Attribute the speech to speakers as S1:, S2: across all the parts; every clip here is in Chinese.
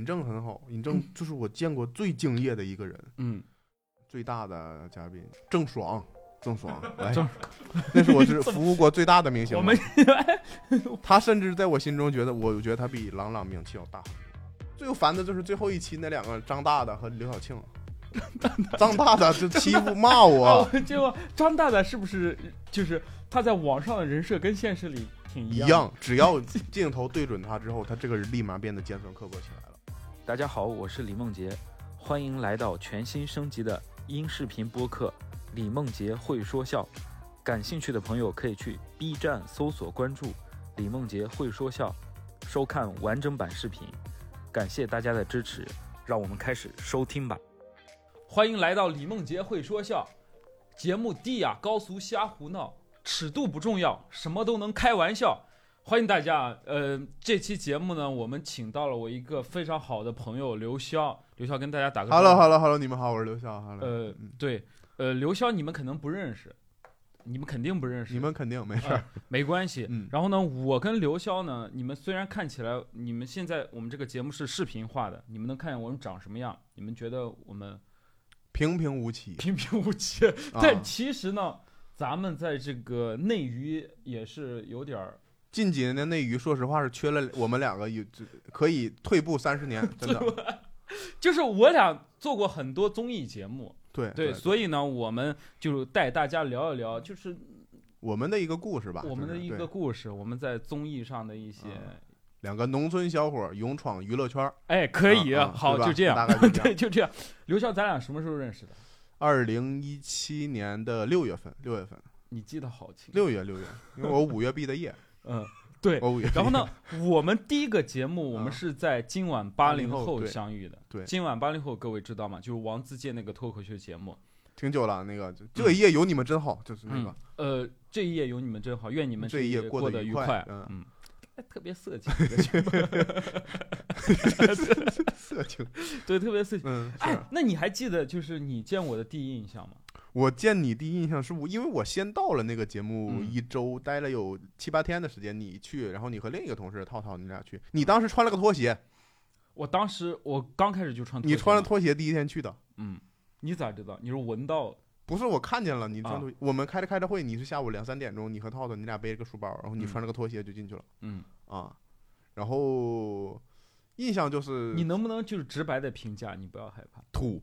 S1: 尹正很好，尹正就是我见过最敬业的一个人，
S2: 嗯，
S1: 最大的嘉宾郑爽，郑 爽，哎
S2: 郑，
S1: 那是我 是服务过最大的明星
S2: 我
S1: 了。
S2: 们
S1: 他甚至在我心中觉得，我觉得他比郎朗名气要大。最烦的就是最后一期那两个张大大和刘晓庆，啊张大大就欺负骂我
S2: 哦，，结果张大大是不是就是他在网上的人设跟现实里挺
S1: 一
S2: 样？
S1: 样，只要镜头对准他之后，他这个人立马变得尖酸刻薄起 来了。
S3: 大家好，我是李梦洁，欢迎来到全新升级的音视频播客《李梦洁会说笑》。感兴趣的朋友可以去 B 站搜索关注“李梦洁会说笑”，收看完整版视频。感谢大家的支持，让我们开始收听吧。
S2: 欢迎来到李梦洁会说笑节目，低雅高俗瞎胡闹，尺度不重要，什么都能开玩笑。欢迎大家啊！呃，这期节目呢，我们请到了我一个非常好的朋友刘潇，刘潇跟大家打个招呼。
S1: Hello Hello Hello，你们好，我是刘晓。Hello，、
S2: 呃
S1: 嗯，
S2: 对，呃，刘潇你们可能不认识，你们肯定不认识，
S1: 你们肯定没事儿。
S2: 没关系。
S1: 嗯
S2: 然后呢，我跟刘潇呢，你们虽然看起来，你们现在我们这个节目是视频化的，你们能看见我们长什么样，你们觉得我们
S1: 平平无奇，
S2: 平平无奇，
S1: 啊、
S2: 但其实呢，咱们在这个内娱也是有点儿，
S1: 近几年的内娱，说实话是缺了我们两个有就可以退步三十年，真的。
S2: 就是我俩做过很多综艺节目，
S1: 对
S2: 对，
S1: 哎对，
S2: 所以呢，我们就带大家聊一聊，就是
S1: 我们的一个故事吧，
S2: 我们的
S1: 就是
S2: 一
S1: 对
S2: 个故事，我们在综艺上的一些，
S1: 嗯两个农村小伙儿勇闯娱乐圈儿，
S2: 哎，可以，
S1: 嗯嗯
S2: 好，
S1: 对吧
S2: 就这样
S1: 大，概就这
S2: 对，
S1: 样。
S2: 就这样。刘潇，咱俩什么时候认识的？
S1: 二零一七年的六月份，六月份，
S2: 你记得好清，
S1: 六月六月，因为我五月毕的 业，
S2: 嗯，对。
S1: 我五月。
S2: 然后？呢，我们第一个节目，我们
S1: 嗯
S2: 是在今晚八零
S1: 80后
S2: 后
S1: 对
S2: 相遇的。
S1: 对
S2: 今晚八零后，各位知道吗？就是王自健那个脱口秀节目。
S1: 挺久了，那个
S2: 嗯
S1: 就这一夜有你们真好，就是那个
S2: 呃，这一夜有你们真好，愿你
S1: 嗯
S2: 们
S1: 这一
S2: 一
S1: 夜
S2: 夜
S1: 过
S2: 过
S1: 得
S2: 得
S1: 愉
S2: 愉
S1: 快
S2: 快。
S1: 嗯
S2: 嗯，哎特别色 情，这个剧 本
S1: 色情。
S2: 对，特别色情。
S1: 嗯，是
S2: 哎，那你还记得就是你见我的第一印象吗？
S1: 我见你第一印象是我，因为我先到了那个节目
S2: 嗯
S1: 一周，待了有七八天的时间，你去，然后你和另一个同事套套，你俩去，
S2: 嗯
S1: 你当时穿了个拖鞋，
S2: 我当时我刚开始就穿拖鞋
S1: 你
S2: 嘛，
S1: 穿了拖鞋第一天去的，
S2: 嗯，你咋知道？你是闻到？
S1: 不是我看见了你穿
S2: 啊
S1: 拖鞋，我们开着开着会，你是下午两三点钟，你和套套你俩背着个书包，然后你
S2: 嗯
S1: 穿着个拖鞋就进去了
S2: 嗯，
S1: 啊，然后印象就是
S2: 你能不能就是直白的评价？你不要害怕。
S1: 土，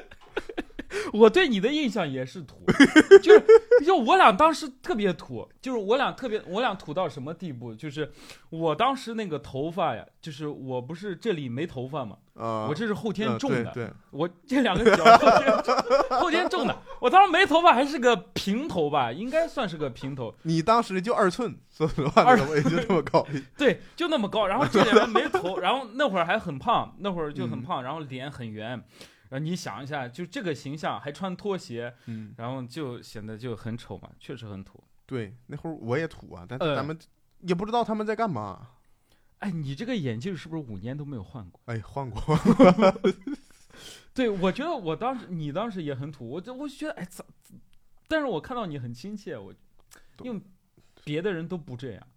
S2: 我对你的印象也是土， 就是就我俩当时特别土，就是我俩特别我俩土到什么地步？就是我当时那个头发呀，就是我不是这里没头发嘛，
S1: 呃，
S2: 我这是后天
S1: 嗯
S2: 种
S1: 对
S2: 的，
S1: 对，
S2: 我这两个脚后天种后天种的，我当时没头发还是个平头吧，应该算是个平头，
S1: 你当时就二寸，说实话，那
S2: 二
S1: 个我也就这么高，
S2: 对，就那么高，然后这两边没头，然后那会儿还很胖，那会儿就很
S1: 嗯
S2: 胖，然后脸很圆，然后你想一下，就这个形象还穿拖鞋，
S1: 嗯，
S2: 然后就显得就很丑嘛，确实很土。
S1: 对，那会儿我也土啊，但
S2: 呃
S1: 是咱们也不知道他们在干嘛。
S2: 哎，你这个眼镜是不是五年都没有换过？
S1: 哎，换过，
S2: 对，我觉得我当时你当时也很土，我就我就觉得哎咋，但是我看到你很亲切，我
S1: 懂
S2: 因为别的人都不这样，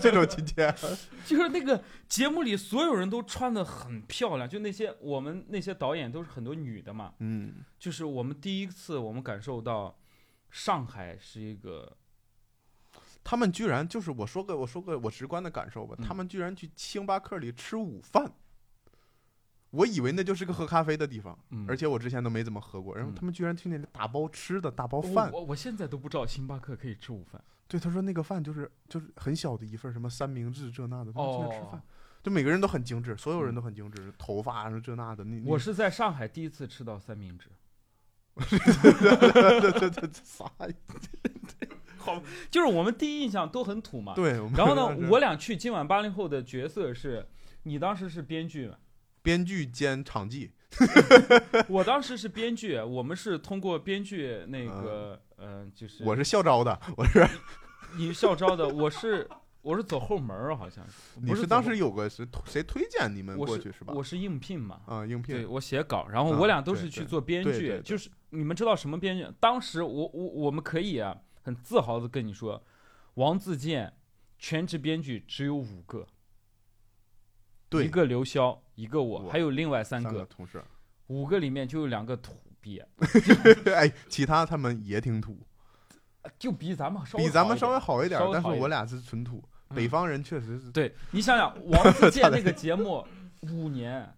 S1: 这种亲切。
S2: 就是那个节目里所有人都穿的很漂亮，就那些我们那些导演都是很多女的嘛，
S1: 嗯，
S2: 就是我们第一次我们感受到上海是一个
S1: 他们居然就是我说个我说个我直观的感受吧，
S2: 嗯
S1: 他们居然去星巴克里吃午饭。我以为那就是个喝咖啡的地方，
S2: 嗯，
S1: 而且我之前都没怎么喝过。然后
S2: 嗯哦
S1: 他们居然去那里打包吃的，打包
S2: 我
S1: 饭。
S2: 我我现在都不知道星巴克可以吃午饭。
S1: 对，他说那个饭就是就是很小的一份儿，什么三明治这那的，他们去那吃
S2: 哦嗯
S1: 饭。就每个人都很精致，所有人都很精致，头发啊这那的。那
S2: 我是在上海第一次吃到三明治，
S1: 这这这啥呀？
S2: 就是我们第一印象都很土嘛。
S1: 对，我们
S2: 然 后
S1: 当时
S2: 呢，我俩去今晚八零后的角色是，你当时是编剧，
S1: 编剧兼场记，
S2: 我当时是编剧，我们是通过编剧那个，嗯、呃，就是
S1: 我是校招的，我是
S2: 你校招的，我是我是走后门儿，好像是，
S1: 你
S2: 不是
S1: 是当
S2: 走后
S1: 时有个是谁推荐你们嗯
S2: 我
S1: 过
S2: 是
S1: 去是吧？
S2: 我是应聘嘛，
S1: 啊，应
S2: 对
S1: 聘
S2: 我写稿，然后
S1: 啊
S2: 我俩都
S1: 对
S2: 是去
S1: 对
S2: 做编
S1: 对
S2: 剧，
S1: 对对
S2: 就是你们知道什么编剧？当时我我我们可以啊，很自豪的跟你说，王自健、全职编剧只有五个，
S1: 对
S2: 一个刘潇，一个我，
S1: 我
S2: 还有另外三
S1: 三
S2: 个，
S1: 个同事，
S2: 五个里面就有两个土鳖，
S1: 哎，其他他们也挺土，
S2: 就比咱们稍微
S1: 比咱们
S2: 好
S1: 稍
S2: 一
S1: 微
S2: 点
S1: 好一点
S2: 稍，微
S1: 但是
S2: 好一
S1: 我
S2: 点
S1: 俩是纯土，
S2: 嗯
S1: 北方人确实是
S2: 对你想想，王自健那个 节目五年，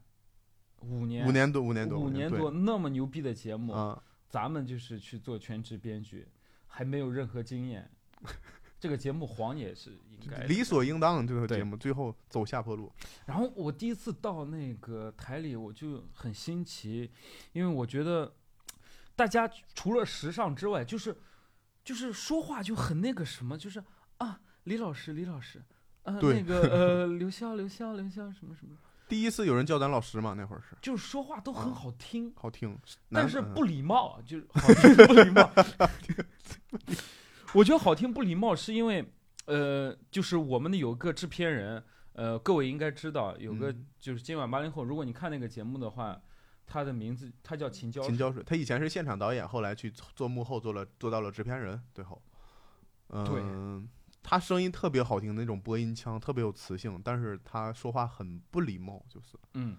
S2: 五年，
S1: 五年多，五年多，
S2: 五年
S1: 对
S2: 多那么牛逼的节目，
S1: 啊，
S2: 咱们就是去做全职编剧，还没有任何经验。这个节目黄也是应该的
S1: 理所应当这个
S2: 对
S1: 节目最后走下坡路，
S2: 然后我第一次到那个台里，我就很新奇，因为我觉得大家除了时尚之外，就是就是说话就很那个什么，就是啊，李老师，李老师，呃，
S1: 对
S2: 那个呃，刘潇，刘潇，刘潇，什么什么，
S1: 第一次有人叫咱老师嘛，那会儿是
S2: 就是说话都很
S1: 嗯
S2: 好听，
S1: 好听，
S2: 但
S1: 男
S2: 是
S1: 嗯
S2: 不礼貌，啊就是好听不礼貌。 我觉得好听不礼貌是因为，呃，就是我们的有个制片人，呃，各位应该知道，有个
S1: 嗯
S2: 就是今晚八零后，如果你看那个节目的话，他的名字他叫秦娇
S1: 秦，胶水，他以前是现场导演，后来去做做幕后，做了做到了制片人，最后，嗯，他声音特别好听，那种播音腔特别有磁性，但是他说话很不礼貌，就是
S2: 嗯，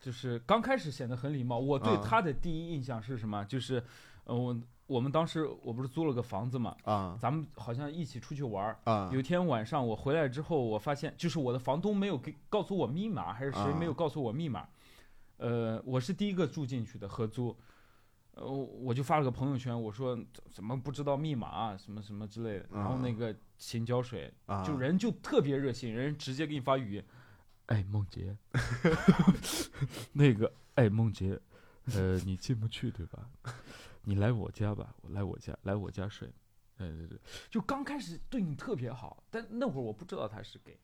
S2: 就是刚开始显得很礼貌。我对
S1: 嗯
S2: 他的第一印象是什么？就是，呃，我我们当时我不是租了个房子嘛，
S1: 啊
S2: 咱们好像一起出去玩儿，
S1: 啊
S2: 有一天晚上我回来之后，我发现就是我的房东没有给告诉我密码，还是谁
S1: 啊
S2: 没有告诉我密码？呃，我是第一个住进去的合租，呃，我我就发了个朋友圈，我说怎怎么不知道密码啊，什么什么之类的。然后
S1: 啊
S2: 那个秦胶水
S1: 啊，
S2: 就人就特别热心，人直接给你发语音， 哎，梦 洁，那个哎，梦洁，呃，你进不去对吧？你来我家吧，我来我家，来我家睡。哎对对对，就刚开始对你特别好，但那会儿我不知道他是 gay，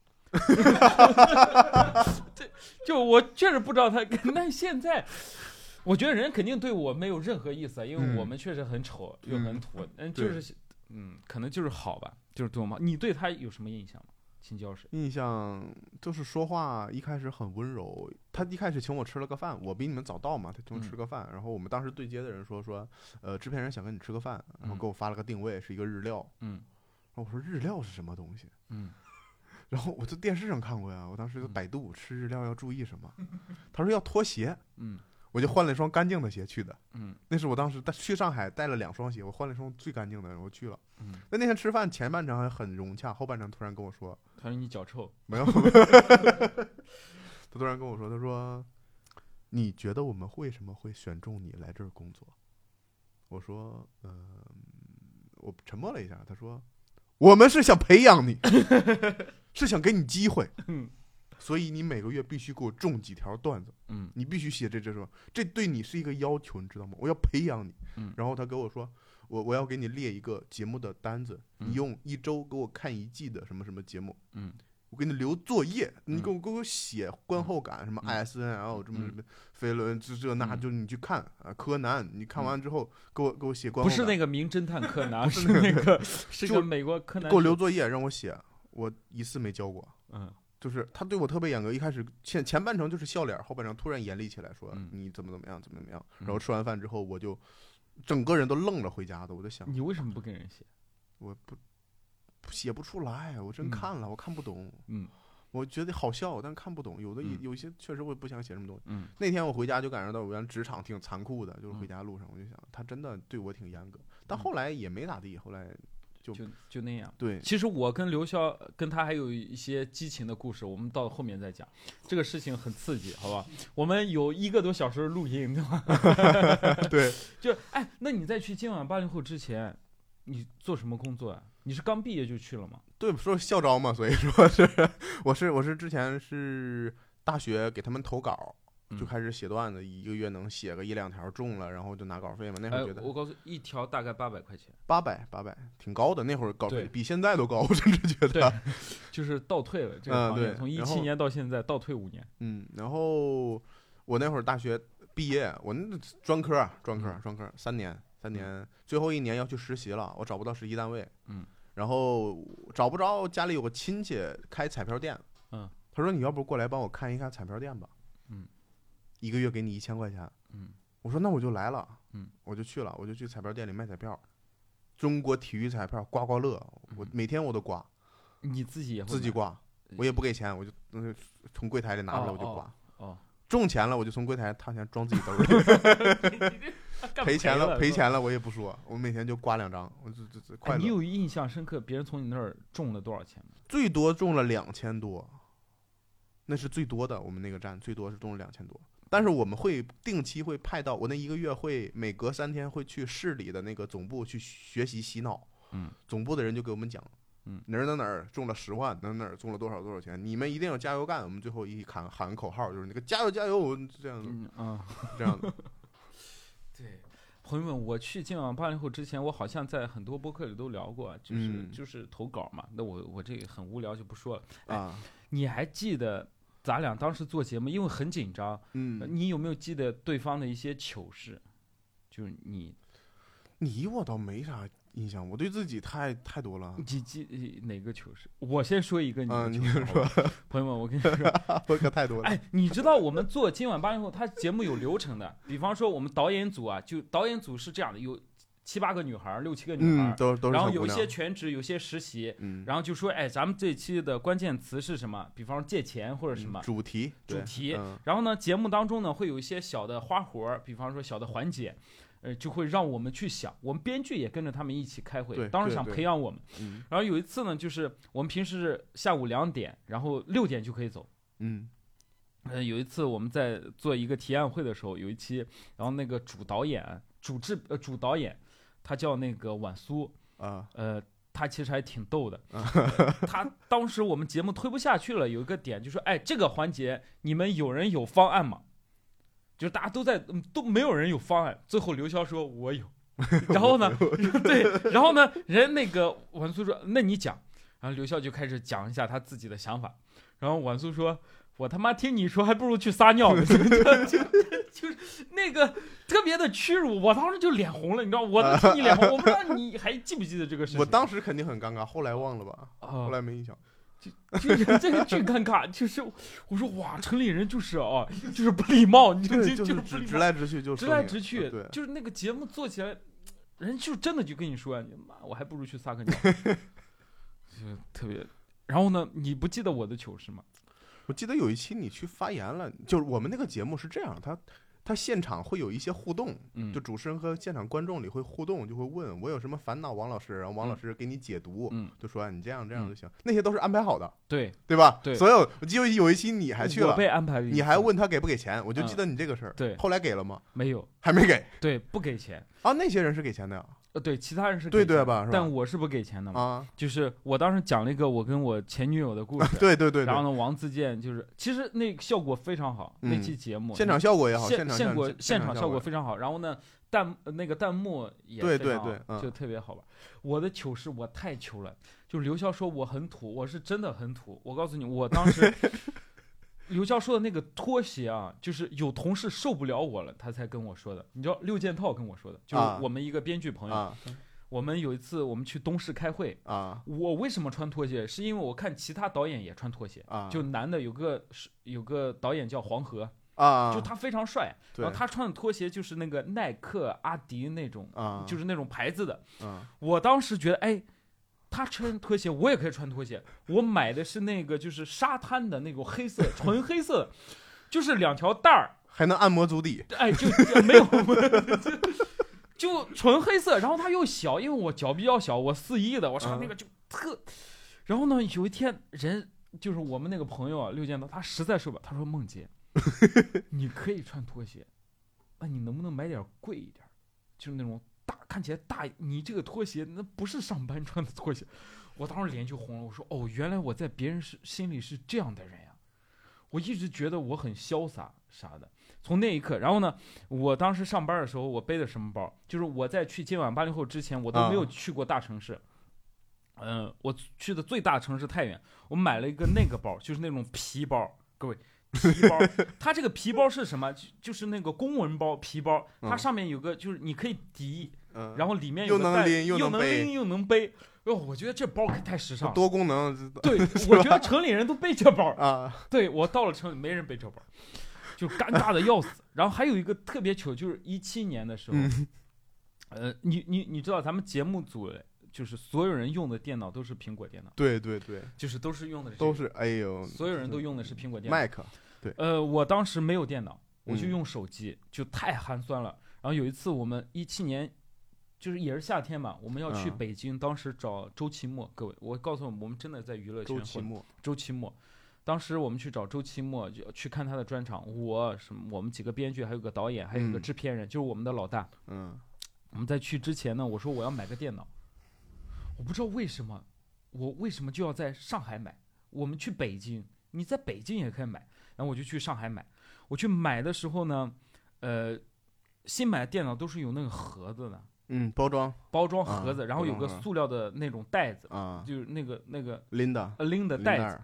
S2: 对，就我确实不知道他 gay，但现在我觉得人肯定对我没有任何意思，因为
S1: 嗯
S2: 我们确实很丑又
S1: 嗯
S2: 很土，嗯，就是嗯，可能就是好吧，就是对我们好。你对他有什么印象吗？秦教授，
S1: 印象就是说话一开始很温柔，他一开始请我吃了个饭，我比你们早到嘛，他请我吃
S2: 嗯
S1: 个饭，然后我们当时对接的人说说，呃，制片人想跟你吃个饭，然后
S2: 嗯
S1: 给我发了个定位，是一个日料，
S2: 嗯
S1: 然后我说日料是什么东西？
S2: 嗯，
S1: 然后我在电视上看过呀，我当时就
S2: 嗯
S1: 百度吃日料要注意什么，他说要脱鞋，
S2: 嗯
S1: 我就换了一双干净的鞋去的。
S2: 嗯
S1: 那是我当时带去上海带了两双鞋，我换了一双最干净的，然后去了。
S2: 嗯，
S1: 那那天吃饭前半场还很融洽，后半场突然跟我说
S2: 他说你脚臭，
S1: 没有，他突然跟我说，他说你觉得我们为什么会选中你来这儿工作？我说嗯、我沉默了一下，他说我们是想培养你，是想给你机会，所以你每个月必须给我种几条段子。
S2: 嗯
S1: 你必须写这这首，这对你是一个要求，你知道吗？我要培养你。
S2: 嗯
S1: 然后他给我说，我我要给你列一个节目的单子，
S2: 嗯
S1: 你用一周给我看一季的什么什么节目，
S2: 嗯，
S1: 我给你留作业，你
S2: 嗯
S1: 给我给我写观后感，什么
S2: 嗯
S1: ISNL 什么什么飞轮这这那，
S2: 嗯
S1: 就你去看啊，柯南，你看完之后给我给我写观
S2: 不
S1: 后
S2: 是
S1: 感，
S2: 那个名侦探柯南，是那个是
S1: 就
S2: 个美国柯南，
S1: 给我留，作业让我写，我一次没交过。
S2: 嗯
S1: 就是他对我特别严格，一开始前前半程就是笑脸，后半程突然严厉起来说、
S2: 嗯
S1: 你怎么怎么样，怎么怎么样。
S2: 嗯
S1: 然后吃完饭之后，我就整个人都愣了，回家的。我在想，
S2: 你为什么不跟人写？
S1: 我不写不出来，我真
S2: 嗯
S1: 看了，我看不懂。
S2: 嗯，
S1: 我觉得好笑，但看不懂。有的
S2: 嗯
S1: 有些确实我也不想写什么东西。
S2: 嗯
S1: 那天我回家就感受到，我原来职场挺残酷的，就是
S2: 嗯
S1: 回家路上我就想，他真的对我挺严格，但
S2: 嗯
S1: 后来也没咋地，后来就
S2: 就就那样。
S1: 对
S2: 其实我跟刘潇跟他还有一些激情的故事，我们到后面再讲。这个事情很刺激，好吧？我们有一个多小时的录音，对吧？
S1: 对，
S2: 就哎，那你在去今晚八零后之前，你做什么工作啊？你是刚毕业就去了吗？
S1: 对，说校招嘛，所以说是我是我是之前是大学给他们投稿，就
S2: 嗯
S1: 开始写段子，一个月能写个一两条中了，然后就拿稿费嘛。那会
S2: 哎
S1: 儿觉，得
S2: 我告诉你一条大概八百块钱，
S1: 八百八百挺高的，那会儿稿
S2: 对
S1: 费比现在都高，我甚至觉
S2: 对
S1: 得。
S2: 就是倒退了这
S1: 嗯
S2: 个行业，
S1: 对
S2: 从一
S1: 然
S2: 七
S1: 后
S2: 年到现在倒退五年。
S1: 嗯，然后我那会儿大学毕业，我那专科啊，专科
S2: 嗯
S1: 专科三年三年，最后一年要去实习了，我找不到实习单位，
S2: 嗯，
S1: 然后找不着，家里有个亲戚开彩票店，
S2: 嗯，
S1: 他说你要不过来帮我看一看彩票店吧，
S2: 嗯，
S1: 一个月给你一千块钱，
S2: 嗯，
S1: 我说那我就来了，
S2: 嗯，
S1: 我就去了，我就去彩票店里卖彩票，中国体育彩票刮刮乐，我
S2: 嗯
S1: 每天我都刮。
S2: 你自己也会
S1: 自己
S2: 买
S1: 挂，我也不给钱，我就嗯从柜台里拿出来我就
S2: 哦
S1: 挂。
S2: 哦，
S1: 中钱了我就从柜台掏钱装自己兜里，
S2: 干
S1: 赔钱
S2: 了
S1: 了赔
S2: 了
S1: 钱了我也不说，我每天就刮两张，我就这这
S2: 是吧。
S1: 快
S2: 哎你
S1: 乐。
S2: 有印象深刻别人从你那儿中了多少钱吗？
S1: 最多中了两千多，那是最多的，我们那个站最多是中了两千多。但是我们会定期会派到我那一个月会每隔三天会去市里的那个总部去学习洗脑，
S2: 嗯，
S1: 总部的人就给我们讲，
S2: 嗯，
S1: 哪儿哪儿哪儿中了十万，哪儿哪儿哪儿中了多少多少钱，你们一定要加油干。我们最后一喊喊口号就是那个加油加油，这样 子
S2: 嗯啊，
S1: 这样子，
S2: 对。朋友们，我去今晚八零后之前，我好像在很多播客里都聊过，就是、
S1: 嗯
S2: 就是投稿嘛。那我我这个很无聊就不说了。
S1: 啊，
S2: 你还记得咱俩当时做节目，因为很紧张，
S1: 嗯，
S2: 你有没有记得对方的一些糗事？就是你
S1: 你我倒没啥印象，我对自己太太多 了。
S2: 你记哪个糗事？我先说一个你的
S1: 嗯，
S2: 糗
S1: 你
S2: 事，好
S1: 说
S2: 吧，朋友们，我跟你说，
S1: 我可太多了。
S2: 哎，你知道我们做今晚八零后，他节目有流程的，比方说我们导演组啊，就导演组是这样的，有七八个女孩儿，六七个女孩
S1: 嗯，
S2: 儿，
S1: 都都是
S2: 然后
S1: 小
S2: 有
S1: 姑
S2: 一
S1: 娘
S2: 些，全职，有些实习，
S1: 嗯，
S2: 然后就说，哎，咱们这期的关键词是什么？比方说借钱或者什
S1: 嗯
S2: 么。
S1: 主题？
S2: 主
S1: 对
S2: 题
S1: 嗯
S2: 然后呢，节目当中呢会有一些小的花活儿，比方说小的环节，呃，就会让我们去想。我们编剧也跟着他们一起开会，
S1: 对
S2: 当时
S1: 对
S2: 想
S1: 对
S2: 培养我们。
S1: 嗯
S2: 然后有一次呢，就是我们平时是下午两点，然后六点就可以走。
S1: 嗯
S2: 呃，有一次我们在做一个提案会的时候，有一期，然后那个主导演、主制呃主导演，他叫那个婉苏，
S1: 啊，
S2: 呃，他其实还挺逗的。 他当时我们节目推不下去了，有一个点就说，哎，这个环节你们有人有方案吗？就是大家都在、嗯都没有人有方案，最后刘潇说 我有，然后呢， 对，然后呢，人那个婉苏说那你讲，然后刘潇就开始讲一下他自己的想法，然后婉苏说。我他妈听你说，还不如去 撒尿呢，就就就就是那个特别的屈辱，我当时就脸红了，你知道，我都替你脸红，我不知道你还记不记得这个事情。
S1: 我当时肯定很尴尬，后来忘了吧，
S2: 啊
S1: 后，来没印象。
S2: 就是哦这 个巨尴尬，就是我说哇，城里人就是啊，就是不礼貌，你就
S1: 对，
S2: 就
S1: 就是是
S2: 不
S1: 直
S2: 礼
S1: 直
S2: 貌，
S1: 来直去，就
S2: 直
S1: 说
S2: 来
S1: 明
S2: 直去
S1: 呃，对，
S2: 就是那个节目做起来，人就真的就跟你说，你妈，我还不如去撒个 尿，就是特别。然后呢，你不记得我的糗事吗？
S1: 我记得有一期你去发言了，就是我们那个节目是这样，他他现场会有一些互动，
S2: 嗯，
S1: 就主持人和现场观众里会互动，就会问我有什么烦恼，王老师，然后王老
S2: 嗯
S1: 师给你解读，
S2: 嗯
S1: 就说啊你这样这样
S2: 嗯
S1: 就行，那些都是安排好的，
S2: 对，
S1: 对吧？
S2: 对
S1: 所有我记得有一期你还去
S2: 我
S1: 了，
S2: 被安排了一次，
S1: 你还问他给不给钱，我就
S2: 嗯
S1: 记得你这个事儿。
S2: 对
S1: 后来给了吗？
S2: 没有？
S1: 还没给
S2: 对，不给钱。
S1: 啊？那些人是给钱的呀。
S2: 呃，对，其他人是
S1: 对
S2: 给钱
S1: 对吧是吧
S2: 但我是不给钱的嘛。
S1: 啊，
S2: 就是我当时讲了一个我跟我前女友的故事，
S1: 对对对
S2: 然后
S1: 对，
S2: 呢，王自健就是，其实那个效果非常好，
S1: 嗯
S2: 那期节目
S1: 现场效果也好，
S2: 现
S1: 场
S2: 现
S1: 效
S2: 果
S1: 果
S2: 现
S1: 场
S2: 场效
S1: 果
S2: 果非常好。然后呢，弹呃那个弹幕也
S1: 对
S2: 非常好
S1: 对对嗯
S2: 就特别好玩。我的糗事我太糗了，就是刘潇说我很土，我是真的很土。我告诉你，我 当时刘潇说的那个拖鞋啊，就是有同事受不了我了，他才跟我说的。你知道六件套跟我说的，就是
S1: 啊
S2: 我们一个编剧朋友，
S1: 啊
S2: 我们有一次我们去东市开会。
S1: 啊
S2: 我为什么穿拖鞋？是因为我看其他导演也穿拖鞋，
S1: 啊，
S2: 就男的有个是有个导演叫黄河，
S1: 啊，
S2: 就他非常帅，
S1: 对
S2: 然后他穿的拖鞋就是那个耐克、阿迪那种，
S1: 啊，
S2: 就是那种牌子的。
S1: 啊
S2: 我当时觉得，哎，他穿拖鞋，我也可以穿拖鞋。我买的是那个就是沙滩的那种黑色，纯黑色的，就是两条带儿，
S1: 还能按摩足底，
S2: 哎，就就没有。就纯黑色，然后它又小，因为我脚比较小，我四一的，我穿那个就特。然后呢，有一天人就是我们那个朋友啊，六件道，他实在受不了，他说梦姐，你可以穿拖鞋，那你能不能买点贵一点儿，就是那种大看起来大，你这个拖鞋那不是上班穿的拖鞋。我当时脸就红了，我说哦，原来我在别人是心里是这样的人呀、我一直觉得我很潇洒啥的。从那一刻，然后呢，我当时上班的时候，我背的什么包？就是我在去今晚八零后之前，我都没有
S1: 啊
S2: 去过大城市。嗯、我去的最大城市太原，我买了一个那个包，就是那种皮包，各位。皮包，它这个皮包是什么？就就是那个公文包皮包，它
S1: 嗯
S2: 上面有个，就是你可以抵，
S1: 嗯，
S2: 然后里面
S1: 又
S2: 有个
S1: 能
S2: 袋子
S1: 拎又
S2: 又
S1: 能背
S2: 拎又能背。哦，我觉得这包可太时尚了。
S1: 多功能
S2: 对，我觉得城里人都背这包儿。
S1: 啊
S2: 对我到了城里，没人背这包儿，就尴尬的要死。然后还有一个
S1: 嗯
S2: 特别糗，就是一七年的时候，呃，你你你知道咱们节目组就是所有人用的电脑都是苹果电脑，
S1: 对对对，
S2: 就是都是用的这个
S1: 都是哎呦，
S2: 所有人都用的是苹果电脑。
S1: Mac，
S2: 呃，我当时没有电脑，我就
S1: 嗯
S2: 用手机，就太寒酸了。然后有一次我们一七年，就是也是夏天嘛，我们要去
S1: 嗯
S2: 北京，当时找周奇墨，各位，我告诉你们，我们真的在娱乐
S1: 周
S2: 圈混。
S1: 奇墨，
S2: 周奇墨，当时我们去找周奇墨，就去看他的专场。我什么，我们几个编剧，还有个导演，还有一个
S1: 嗯
S2: 制片人，就是我们的老大。
S1: 嗯，
S2: 我们在去之前呢，我说我要买个电脑，我不知道为什么，我为什么就要在上海买？我们去北京，你在北京也可以买。然后我就去上海买，我去买的时候呢，呃，新买的电脑都是有那个盒子的，
S1: 嗯，包装
S2: 包装盒子，
S1: 啊
S2: 然后有
S1: 包
S2: 个
S1: 装盒
S2: 塑料的那种袋子，
S1: 啊
S2: 就是那个那个
S1: ，Linda，
S2: 呃拎的
S1: 林
S2: 袋
S1: 奈
S2: 子。
S1: 儿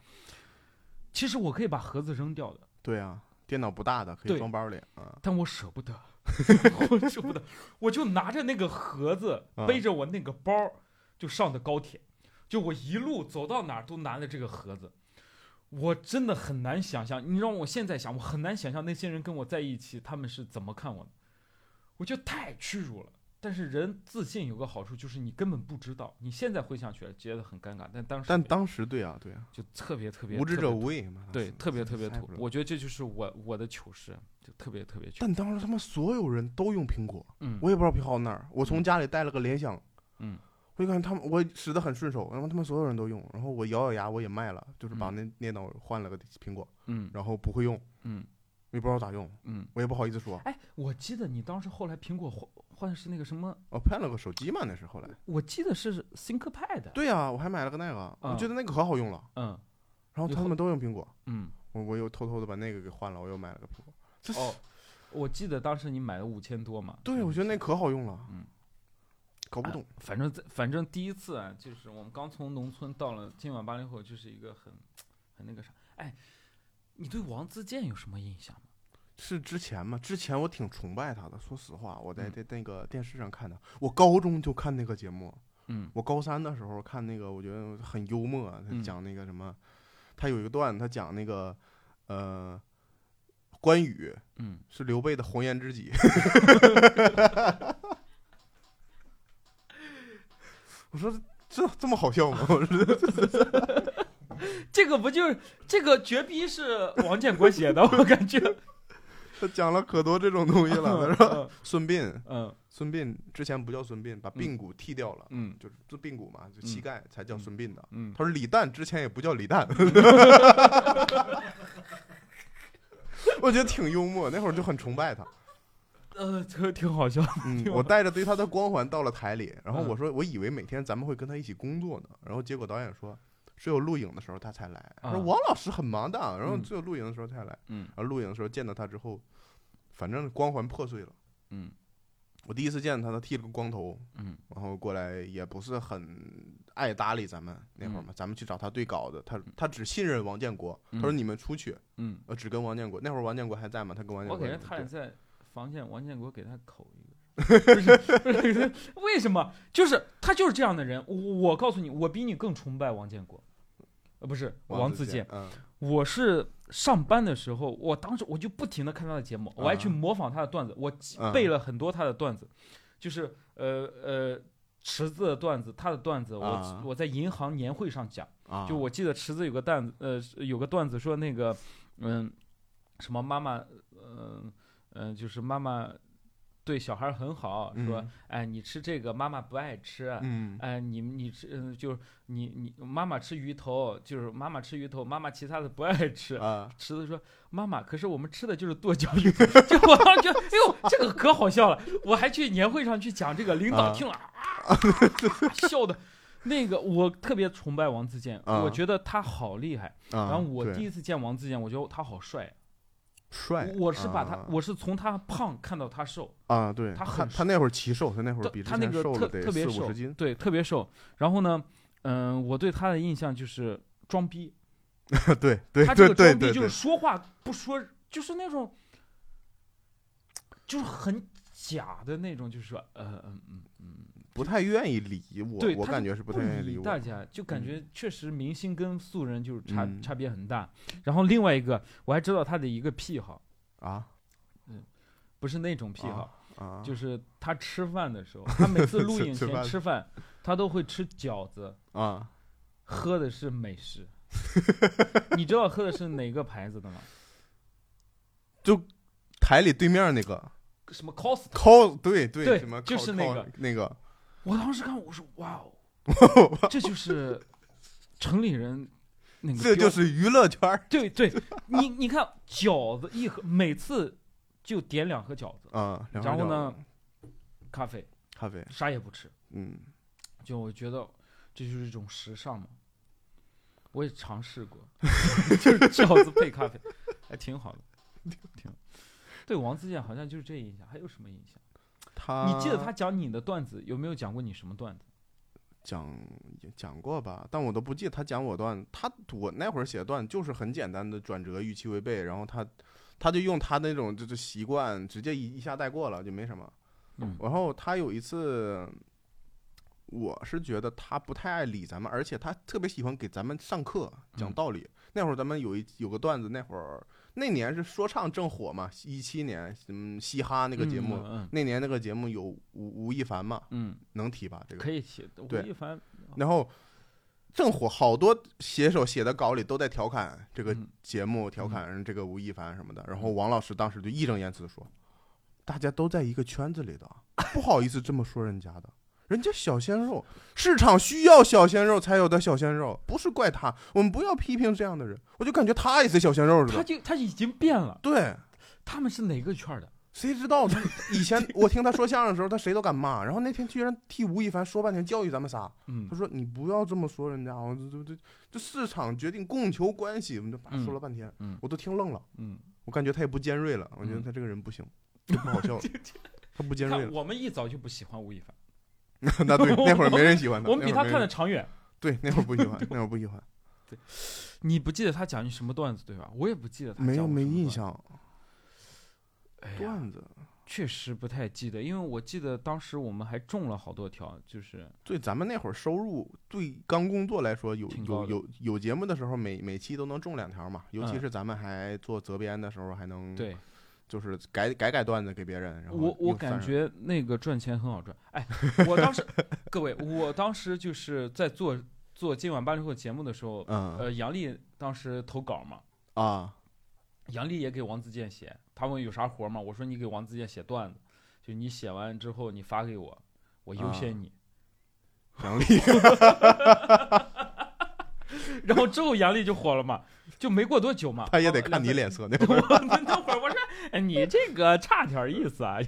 S2: 其实我可以把盒子扔掉的。
S1: 对啊，电脑不大的，可
S2: 对
S1: 以装包里啊，
S2: 但我舍不得， 我舍不得，我就拿着那个盒子，
S1: 啊
S2: 背着我那个包儿，就上的高铁，就我一路走到哪儿都拿着这个盒子。我真的很难想象，你让我现在想，我很难想象那些人跟我在一起，他们是怎么看我的。我觉得太屈辱了。但是人自信有个好处，就是你根本不知道，你现在回想起来觉得很尴尬，但当时
S1: 但当时对啊，对啊，
S2: 就特别特别
S1: 无知
S2: 特
S1: 者
S2: 别
S1: 无畏嘛，
S2: 对，特别特别
S1: 太
S2: 土
S1: 不。容易
S2: 我觉得这就是我我的糗事，就特别特别糗。
S1: 但当时他妈所有人都用苹果，
S2: 嗯，
S1: 我也不知道跑到哪儿，我
S2: 嗯
S1: 从家里带了个联想，
S2: 嗯，
S1: 我就感觉他们我使得很顺手，然后他们所有人都用，然后我咬咬牙我也卖了，就是把
S2: 嗯
S1: 那电脑换了个苹果，
S2: 嗯
S1: 然后不会用，
S2: 嗯
S1: 也不知道咋用，
S2: 嗯，
S1: 我也不好意思说，
S2: 哎，我记得你当时后来苹果换换的是那个什么，
S1: 我换哦了个手机嘛，那是后来，
S2: 我记得是 ThinkPad。，
S1: 对啊，我还买了个那个，我
S2: 嗯
S1: 觉得那个可好用了，
S2: 嗯
S1: 然后他们都用苹果，
S2: 嗯，
S1: 我我又偷偷的把那个给换了，我又买了个苹果，这是
S2: 哦，我记得当时你买了五千多嘛。
S1: 对，我觉得那可好用了，
S2: 嗯，
S1: 搞不
S2: 啊
S1: 懂，
S2: 反正在反正第一次啊，就是我们刚从农村到了今晚八零后，就是一个很很那个啥。哎，你对王自健有什么印象吗？
S1: 是之前嘛？之前我挺崇拜他的，说实话，我在
S2: 嗯
S1: 在那个电视上看的，我高中就看那个节目，
S2: 嗯
S1: 我高三的时候看那个，我觉得很幽默。啊他
S2: 嗯
S1: 讲那个什么，他有一个段子，他讲那个呃，关羽
S2: 嗯，
S1: 是刘备的红颜知己。 我说这这么好笑吗？ 我说
S2: 这个不就是这个绝逼是王建国写的，我感 觉。
S1: 他讲了可多这种东西了。他说
S2: 嗯
S1: 孙膑，
S2: 嗯
S1: 孙膑之前不叫孙膑，把髌骨剃掉了，
S2: 嗯
S1: 就是这髌骨嘛，就膝
S2: 嗯
S1: 盖才叫
S2: 嗯
S1: 孙膑的。
S2: 嗯，
S1: 他说李诞之前也不叫李 诞， 我觉得挺幽默，那会儿就很崇拜他。
S2: 呃，挺挺好笑。
S1: 嗯，
S2: 挺好
S1: 我带着对他的光环到了台里，然后
S2: 嗯
S1: 我说我以为每天咱们会跟他一起工作呢，然后结果导演说只有录影的时候他才来，他说
S2: 啊
S1: 王老师很忙的，然后
S2: 嗯
S1: 只有录影的时候才来，
S2: 嗯
S1: 然后录影的时候见到他之后，反正光环破碎了。
S2: 嗯
S1: 我第一次见他，他剃了个光头，
S2: 嗯
S1: 然后过来也不是很爱搭理咱们那会儿嘛，咱们去找他对稿子，他他只信任王建国，他说
S2: 嗯
S1: 你们出去，
S2: 嗯。
S1: 呃，只跟王建国。那会儿王建国还在吗？他跟王建
S2: 我
S1: 国
S2: 感
S1: 对，
S2: 觉他俩在房间，王建国给他口 一个，不是不是为什么？就是他就是这样的人。我我告诉你，我比你更崇拜王建国，呃，不是王自健。，
S1: 嗯，
S2: 我是上班的时候，我当时我就不停的看他的节目，我还去
S1: 嗯
S2: 模仿他的段子，我记
S1: 嗯
S2: 背了很多他的段子，就是呃呃池子的段子，他的段子，我
S1: 啊
S2: 我在银行年会上讲。
S1: 啊，
S2: 就我记得池子有个段子，呃，是有个段子说那个，嗯，什么妈妈，嗯、嗯、就是妈妈对小孩儿很好，说，
S1: 嗯
S2: 哎，你吃这个妈妈不爱吃，
S1: 嗯
S2: 哎，你你吃，嗯、就是你你妈妈吃鱼头，就是妈妈吃鱼头，妈妈其他的不爱吃。
S1: 啊，
S2: 池子说：“妈妈，可是我们吃的就是剁椒鱼。” 就我当时觉得，哎呦，这个可好笑了！我还去年会上去讲这个，领导
S1: 啊
S2: 听了啊，笑的。那个我特别崇拜王自健，
S1: 啊
S2: 我觉得他好厉害。
S1: 然
S2: 然后我第
S1: 弟
S2: 一次见王自健，我觉得他好帅。
S1: 帅，
S2: 我我是把他
S1: 啊，
S2: 我是从他胖看到他瘦，
S1: 啊，对，
S2: 他
S1: 他
S2: 很
S1: 他那会儿奇瘦，他那会
S2: 他
S1: 儿比之
S2: 他那
S1: 前
S2: 个
S1: 瘦
S2: 特
S1: 了得
S2: 特别
S1: 四
S2: 瘦
S1: 五十斤，
S2: 对，特别瘦。然后呢，嗯、我对他的印象就是装逼。
S1: 对对
S2: 他
S1: 对
S2: 这个
S1: 对
S2: 装
S1: 对
S2: 逼就
S1: 对，
S2: 是说话不说，就是那种，就是很假的那种，就是说，呃嗯嗯嗯，
S1: 不太愿意理我
S2: 对，
S1: 我
S2: 他
S1: 感
S2: 就
S1: 觉是不
S2: 不
S1: 太愿
S2: 理
S1: 我，
S2: 大家，就感觉确实明星跟素人就是差、
S1: 嗯
S2: 差别很大。然后另外一个，我还知道他的一个癖好，
S1: 啊
S2: 不是那种癖好，
S1: 啊，
S2: 就是他吃饭的时候，他每次录
S1: 吃
S2: 影
S1: 吃
S2: 前
S1: 饭
S2: 吃饭，他都会吃饺子，
S1: 啊，
S2: 喝的是美 式。你知道喝的是哪个牌子的吗？
S1: 台里对面那 个
S2: 什么 Costa？
S1: call，对对
S2: 对
S1: 什么 call,
S2: 就是那个
S1: 那个，
S2: 我当时看，我说哇哦， 这就是城里人那个标，
S1: 这就是娱乐圈儿
S2: 对对，你你看饺子一盒，每次就点两盒饺子，
S1: 啊。两块
S2: 然后
S1: 料
S2: 呢
S1: 子，
S2: 咖啡，
S1: 咖啡，
S2: 啥也不吃，
S1: 嗯，
S2: 就我觉得这就是一种时尚嘛。我也尝试过， 就是饺子配咖啡，还挺好的，挺好。对王自健好像就是这印象，还有什么印象？
S1: 他
S2: 你记得他讲你的段子有没有讲过你什么段子？
S1: 讲也讲过吧，但我都不记得他讲我段。他我那会儿写段就是很简单的转折，预期违背，然后他他就用他那种就是习惯，直接一一下带过了，就没什么。
S2: 嗯
S1: 然后他有一次，我是觉得他不太爱理咱们，而且他特别喜欢给咱们上课讲
S2: 嗯
S1: 道理。那会儿咱们有一有个段子，那会儿那年是说唱正火嘛，一七年，嗯，嘻哈那
S2: 那
S1: 个节目，
S2: 嗯
S1: 那年那个节目有吴吴亦凡嘛，
S2: 嗯，
S1: 能提吧？这个
S2: 可以写。吴
S1: 对
S2: 亦凡
S1: 然后正火，好多写手写的稿里都在调侃这个
S2: 嗯
S1: 节目，调侃这个吴亦凡什么的。然后王老师当时就义正言辞地说：“大家都在一个圈子 里的，不好意思这么说人家的。”人家小鲜肉，市场需要小鲜肉才有的小鲜肉，不是怪他。我们不要批评这样的人，我就感觉他也是小鲜肉似
S2: 他
S1: 的。
S2: 就他已经变了，
S1: 对，
S2: 他们是哪个圈儿的？
S1: 谁知道他以前我听他说相声的时候，他谁都敢骂。然后那天居然替吴亦凡说半天，教育咱们仨。
S2: 嗯
S1: 他说：“你不要这么说人家，我这这这这市场决定供求关系。”我们就把
S2: 嗯
S1: 说了半天，
S2: 嗯
S1: 我都听愣了，
S2: 嗯，
S1: 我感觉他也不尖锐了，我觉得
S2: 嗯
S1: 他这个人不 行，就不好笑了，他不尖锐
S2: 看
S1: 了。
S2: 我们一早就不喜欢吴亦凡，
S1: 那对，那会儿没人喜欢他，
S2: 我们比
S1: 那会
S2: 他
S1: 儿没
S2: 看的
S1: 人
S2: 长远。
S1: 对，那会儿不喜欢，那会儿不喜 欢，
S2: 你不记得他讲你什么段子对吧？我也不记得他
S1: 没有
S2: 讲我
S1: 没
S2: 什么
S1: 印
S2: 段子。
S1: 象
S2: 哎呀
S1: 段子。
S2: 确实不太记得，因为我记得当时我们还中了好多条，就是
S1: 对，咱们那会儿收入对刚工作来说有
S2: 挺
S1: 有
S2: 高的
S1: 有有节目的时候，每每期都能中两条嘛，尤其
S2: 嗯
S1: 是咱们还做责编的时候，还能
S2: 对
S1: 就是改改改段子给别嗯人。然后
S2: 我我
S1: 又算
S2: 感
S1: 上
S2: 觉那个赚钱很好赚。 哎，我当时各位，我当时就是在做做今晚八零后节目的时候，
S1: 嗯
S2: 呃，杨笠当时投稿嘛，
S1: 啊
S2: 杨笠也给王自健写，他问有啥活嘛，我说你给王自健写段子，就你写完之后你发给我，我优先你。
S1: 奖励
S2: 然后之后杨笠就火了嘛，就没过多久嘛，
S1: 他也得
S2: 好
S1: 看你。
S2: 两
S1: 脸色。那
S2: 三
S1: 会儿，
S2: 我那会儿我说哎你这个差点意思啊，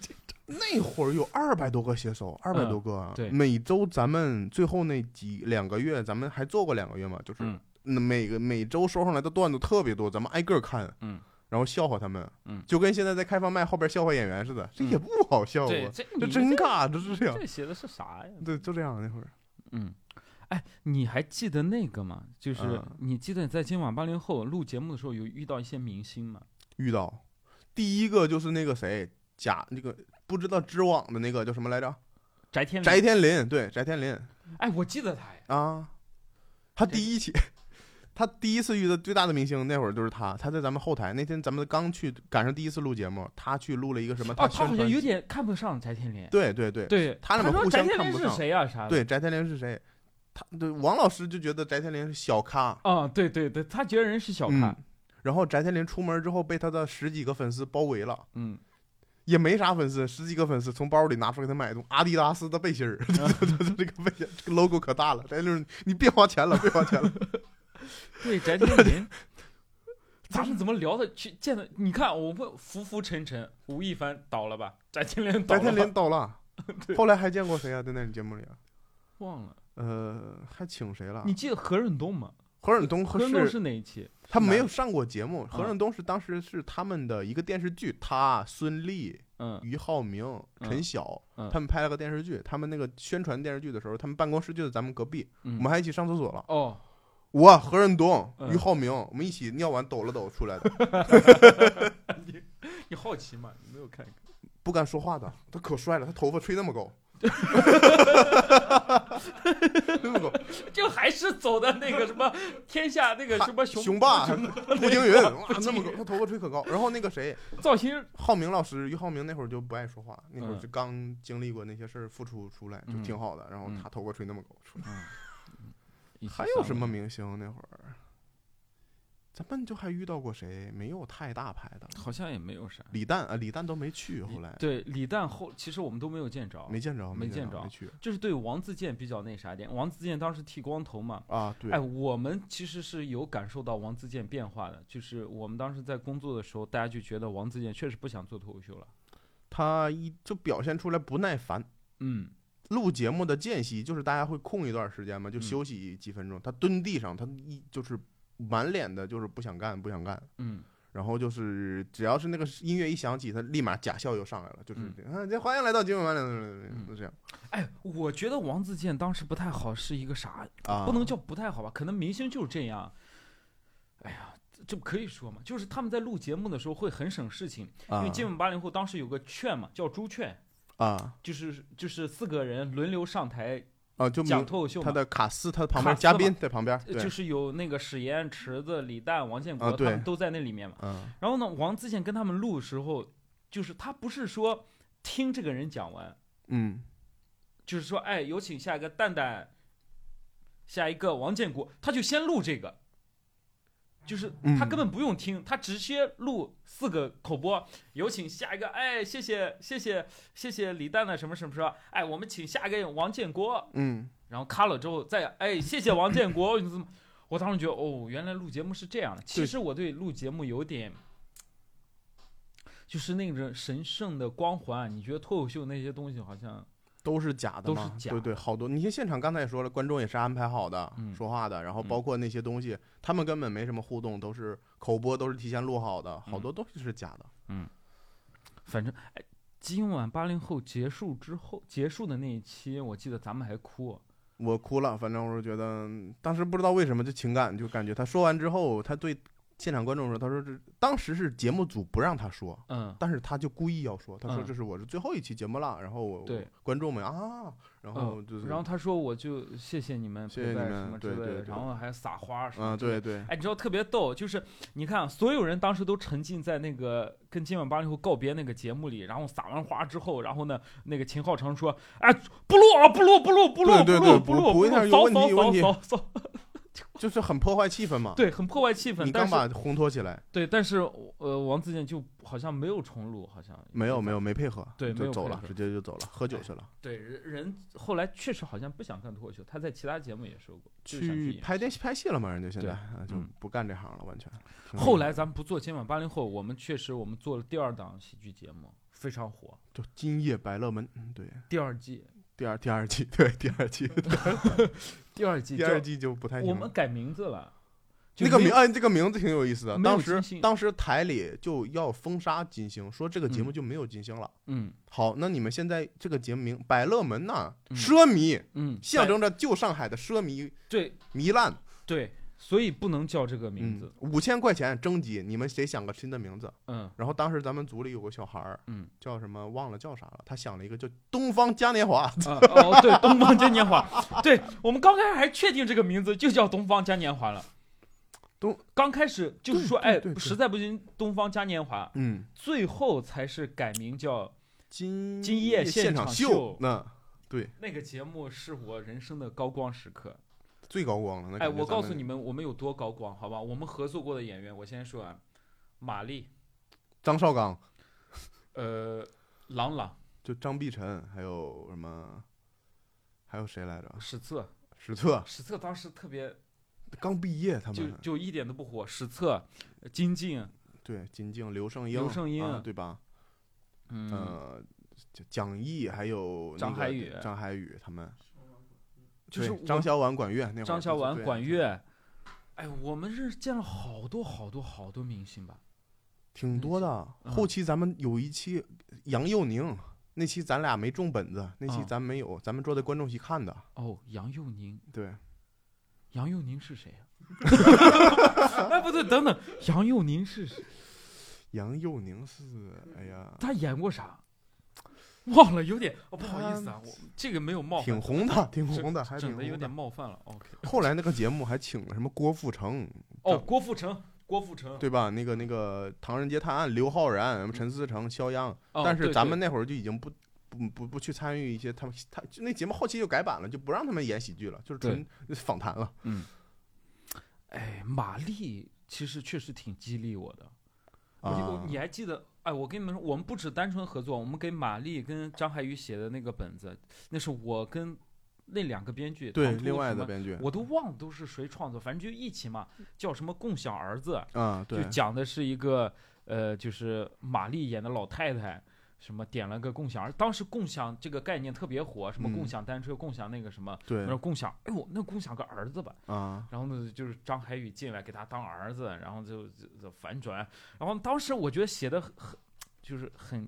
S1: 那会儿有二百多个写手，二百
S2: 嗯
S1: 多个啊。
S2: 对
S1: 每周咱们最后那几两个月，咱们还做过两个月嘛，就是
S2: 嗯
S1: 那每个每周收上来的段子特别多，咱们挨个看，
S2: 嗯，
S1: 然后笑话他们，
S2: 嗯
S1: 就跟现在在开放麦后边笑话演员似的，这也不好笑啊，
S2: 对，这
S1: 这
S2: 你
S1: 真
S2: 这
S1: 尬，这是这样，
S2: 这写的是啥呀？
S1: 对，就这样那会儿，
S2: 嗯，哎，你还记得那个吗？就是
S1: 嗯
S2: 你记得在今晚八零后录节目的时候有遇到一些明星吗？
S1: 遇到第一个就是那个谁贾那个不知道知网的那个叫什么来着，
S2: 翟天临，
S1: 翟天临，对，翟天临，
S2: 哎，我记得他呀，
S1: 啊，他
S2: 这
S1: 第一期，他第一次遇到最大的明星那会儿就是他，他在咱们后台那天咱们刚去赶上第一次录节目，他去录了一个什么？
S2: 啊，
S1: 宣
S2: 他好
S1: 传
S2: 像有点看不上翟天临，
S1: 对对对
S2: 对，
S1: 他俩
S2: 说
S1: 互
S2: 翟
S1: 相
S2: 天
S1: 看
S2: 临
S1: 不
S2: 是
S1: 上
S2: 谁啊？啥的？
S1: 对，翟天临是谁？他对王老师就觉得翟天临是小咖，
S2: 啊，对对对，他觉得人是小看，
S1: 嗯。然后翟天临出门之后被他的十几个粉丝包围了，
S2: 嗯，
S1: 也没啥粉丝，十几个粉丝从包里拿出给他买一种阿迪达斯的背心儿， 这个背心儿这个 logo 可大了。翟天临，你别花钱了，别花钱了。
S2: 对，翟天临， 咱们怎么聊的？去见的，你看我们浮浮沉沉，吴亦凡倒了吧？翟天临倒
S1: 翟
S2: 了吧，
S1: 天临倒 了，后来还见过谁啊？在那节目里啊？
S2: 忘了，
S1: 呃，还请谁了
S2: 你？记得何润东吗？
S1: 何润东
S2: 何润东
S1: 是
S2: 是哪一期？
S1: 他没
S2: 哪
S1: 有上过节目，何
S2: 啊
S1: 润东是当时是他们的一个电视剧，他孙俪、
S2: 嗯
S1: 俞灏明、陈
S2: 嗯
S1: 晓
S2: 嗯
S1: 他们拍了个电视剧，他们那个宣传电视剧的时候，他们办公室就在咱们隔壁，我
S2: 嗯
S1: 们，还一起上厕所了。
S2: 哦，
S1: 我何润东、
S2: 嗯
S1: 俞灏明，我们一起尿完抖了抖出来的，
S2: 你好奇吗？你没有看？
S1: 不敢说话的，他可帅了，他头发吹那么高， 那么狗
S2: 就还是走的那个什 么天下那个什么熊
S1: 雄霸、 步惊云，哇，那么狗，他头发吹可高。然后那个谁，
S2: 造型，
S1: 浩明老师，俞浩明那会儿就不爱说话，那会儿
S3: 嗯
S1: 就刚经历过那些事儿，复出出来就
S3: 嗯
S1: 挺好的。然后
S3: 嗯
S1: 他头发吹那么高，出来
S3: 一起
S1: 还有
S3: 散
S1: 什么
S3: 了？
S1: 明星那会儿？咱们就还遇到过谁？没有太大牌的，
S3: 好像也没有啥。
S1: 李诞啊，李诞都没去，后来
S2: 对李诞后其实我们都没有见着，
S1: 没见着，
S2: 没
S1: 见
S2: 见着
S1: 没去
S2: 就是对王自健比较那啥一点。王自健当时剃光头嘛，
S1: 啊。对
S2: 哎，，我们其实是有感受到王自健变化的，就是我们当时在工作的时候，大家就觉得王自健确实不想做脱口秀了。
S1: 他一就表现出来不耐烦。
S2: 嗯，
S1: 录节目的间隙，就是大家会空一段时间嘛，就
S3: 嗯
S1: 休息几分钟。他蹲地上，他一就是满脸的就是不想干，不想干。
S2: 嗯，
S1: 然后就是只要是那个音乐一响起，他立马假笑又上来了，就是
S2: 嗯
S1: 这样啊，这欢迎来到今晚晚点，就这样
S2: 哎，我觉得王自健当时不太好，是一个啥？
S1: 啊，
S2: 不能叫不太好吧？可能明星就是这样。哎呀，这这可以说嘛，就是他们在录节目的时候会很省事情，因
S1: 啊
S2: 为今晚八零后当时有个券嘛，叫猪券，
S1: 啊
S2: 就是就是四个人轮流上台
S1: 啊，就
S2: 讲
S1: 明
S2: 脱口秀
S1: 他
S2: 嘛。
S1: 的卡斯，他的旁
S2: 卡
S1: 边
S2: 斯
S1: 嘉
S2: 嘛
S1: 宾在旁边，
S2: 呃
S1: 对
S2: 就，是有那个史岩、池子、李诞、王建国，
S1: 啊
S2: 他
S1: 对
S2: 们都在那里面嘛。
S1: 嗯
S2: 然后呢，王自健跟他们录的时候，就是他不是说听这个人讲完，
S1: 嗯
S2: 就是说，哎，有请下一个蛋蛋，下一个王建国，他就先录这个，就是他
S1: 嗯
S2: 根本不用听，他直接录四个口播，有请下一个，哎，谢谢谢谢谢谢李诞的什么什么什么，哎，我们请下一个王建国，
S1: 嗯，
S2: 然后卡了之后再，哎，谢谢王建国，你怎么？我当时觉得，哦，原来录节目是这样的。其
S1: 对
S2: 实我对录节目有点。就是那种神圣的光环，啊你觉得脱口秀那些东西好像
S1: 都是假的
S2: 都是
S1: 嘛，
S2: 假
S1: 对对，好多。你像现场刚才也说了，观众也是安排好的
S2: 嗯，
S1: 说话的，然后
S2: 嗯
S1: 包括那些东西，他们根本没什么互动，都是口播，都是提前录好的，好
S2: 嗯
S1: 多东西是假的。
S2: 反正哎，今晚八零后结束之后，结束的那一期，我记得咱们还哭。啊
S1: 我哭了，反正我是觉得嗯当时不知道为什么，就情感就感觉他说完之后，他对现场观众说，他说这当时是节目组不让他说，
S2: 嗯，
S1: 但是他就故意要说，他说
S2: 嗯
S1: 这是我是最后一期节目了，然后我
S2: 对
S1: 观众们啊，然后就是
S2: 嗯然后他说我就谢谢你们
S1: 谢
S2: 陪
S1: 谢
S2: 伴
S1: 你们
S2: 什么之
S1: 对
S2: 类的，
S1: 对对
S2: 然后还撒花什么
S1: 啊
S2: 之类
S1: 对
S2: 的。
S1: 对
S2: 哎，你知道特别逗，就是你看啊、所有人当时都沉浸在那个跟今晚八零后告别那个节目里，然后撒完花之后，然后呢，那个秦昊常说，哎，不录啊，不录，不录，不录，
S1: 对对
S2: 录，
S1: 对
S2: 不
S1: 我
S2: 录，不
S1: 补一
S2: 录，
S1: 下有
S2: 扫
S1: 问题有
S2: 扫
S1: 问题
S2: 扫扫扫，
S1: 就是很破坏气氛嘛。
S2: 对，很破坏气氛
S1: 你。
S2: 但
S1: 刚
S2: 是
S1: 把烘托起来，
S2: 对，但是呃，王自健就好像没有重录，好像
S1: 没有
S2: 就
S1: 没有没配合，
S2: 对没
S1: 就
S2: 有
S1: 走
S2: 配
S1: 了
S2: 合，
S1: 直接就走了，喝酒去了，
S2: 对人人后来确实好像不想干脱口秀，他在其他节目也说过，就是想去
S1: 去
S2: 演
S1: 拍电拍戏了嘛，人家现
S2: 对
S1: 在啊就
S2: 嗯
S1: 不干这行了，完全。嗯挺
S2: 后
S1: 厉害
S2: 来咱们不做今晚八零后，我们确实我们做了第二档喜剧节目，非常火，
S1: 就今夜百乐门，嗯对，
S2: 第二季，
S1: 第二第二季，对第二季，
S2: 第二季
S1: 第
S2: 叫
S1: 二季就不太行
S2: 我
S1: 了。
S2: 们改名字了，就
S1: 那个
S2: 没
S1: 名，
S2: 有
S1: 哎，这个名字挺有意思的。
S2: 没有
S1: 当时
S2: 金星
S1: 当时台里就要封杀金星，说这个节目
S2: 嗯
S1: 就没有金星了。
S2: 嗯
S1: 好，那你们现在这个节目名《百乐门》呐，
S2: 嗯
S1: 奢靡
S2: 嗯，
S1: 象
S2: 改
S1: 征着旧上海的奢靡
S2: 对
S1: 糜烂。
S2: 对，所以不能叫这个名
S1: 嗯
S2: 字，，
S1: 五千块钱征集，你们谁想个新的名字？
S2: 嗯
S1: 然后当时咱们组里有个小孩儿，
S2: 嗯
S1: 叫什么忘了叫啥了，他想了一个叫东方嘉年华。
S2: 啊哦对，东方嘉年华， 对我们刚开始还确定这个名字就叫东方嘉年华了。
S1: 东
S2: 刚开始就是说，
S1: 对
S2: 哎
S1: 对对，对
S2: 实在不行，东方嘉年华，
S1: 嗯，
S2: 最后才是改名叫
S1: 今
S2: 今夜
S1: 现
S2: 现
S1: 场
S2: 场
S1: 秀
S2: 秀，
S1: 那
S2: 那个节目是我人生的高光时刻。
S1: 最高光了。那
S2: 哎，
S1: 感觉
S2: 我
S1: 咱
S2: 告诉
S1: 们
S2: 你，们，我们有多高光，好吧？我们合作过的演员，我先说啊，马丽，
S1: 张绍刚。
S2: 呃，郎朗、
S1: 就张碧晨，还有什么，还有谁来着？
S2: 史策，
S1: 史策
S2: 史策当时特别
S1: 刚毕业，他
S2: 就
S1: 们
S2: 就一点都不火，史策、金靖，
S1: 对金靖、刘胜英、
S2: 刘胜英
S1: 啊、对吧？
S2: 嗯，
S1: 呃，蒋蒋毅还有、那个、
S2: 张海宇
S1: 张海宇他们，
S2: 就是
S1: 对
S2: 我
S1: 张小婉管乐那会儿，
S2: 张小婉、
S1: 对
S2: 管，乐。哎，我们是见了好多好多好多明星吧？
S1: 挺多的。
S2: 嗯
S1: 后期咱们有一期杨佑宁。那期咱俩没中本子，那期
S2: 嗯
S1: 咱没有，咱们坐在观众席看的。
S2: 哦，杨佑宁，
S1: 对，
S2: 杨佑宁是谁呀、 哎，不对，等等，杨佑宁是谁？
S1: 杨佑宁是，哎呀，
S2: 他演过啥？忘了，有点哦，不好意思啊，我这个没有冒犯，
S1: 挺红的，挺红的，还挺
S2: 整的有
S1: 红
S2: 点
S1: 的。
S2: 冒犯了。OK，
S1: 后来那个节目还请了什么郭富城，
S2: 哦，郭富城，郭富城，
S1: 对吧？那个那个《唐人街探案》，刘昊然、什么陈思诚、肖央，
S2: 哦，
S1: 但是
S2: 对
S1: 咱
S2: 对
S1: 们那会儿就已经不不不不去参与一些他们他就那节目后期就改版了，就不让他们演喜剧了，就是纯访谈了。
S2: 哎，玛丽其实确实挺激励我的。我就我
S1: 啊
S2: 你还记得？哎，我跟你们说，我们不只单纯合作，我们给玛丽跟张海宇写的那个本子，那是我跟那两个编剧
S1: 对
S2: 唐突
S1: 另外
S2: 什
S1: 的
S2: 么
S1: 编剧
S2: 我都忘了都是谁创作，反正就一起嘛，叫什么共享儿子，
S1: 啊，
S2: 就
S1: 对，
S2: 讲的是一个呃，就是玛丽演的老太太，什么点了个共享儿，当时共享这个概念特别火，什么共
S1: 嗯
S2: 享单车、共享那个什么，
S1: 对
S2: 然后共享，哎呦，那共享个儿子吧，
S1: 啊，
S2: 然后呢，就是张海宇进来给他当儿子，然后就就就反转。然后当时我觉得写的很很，就是很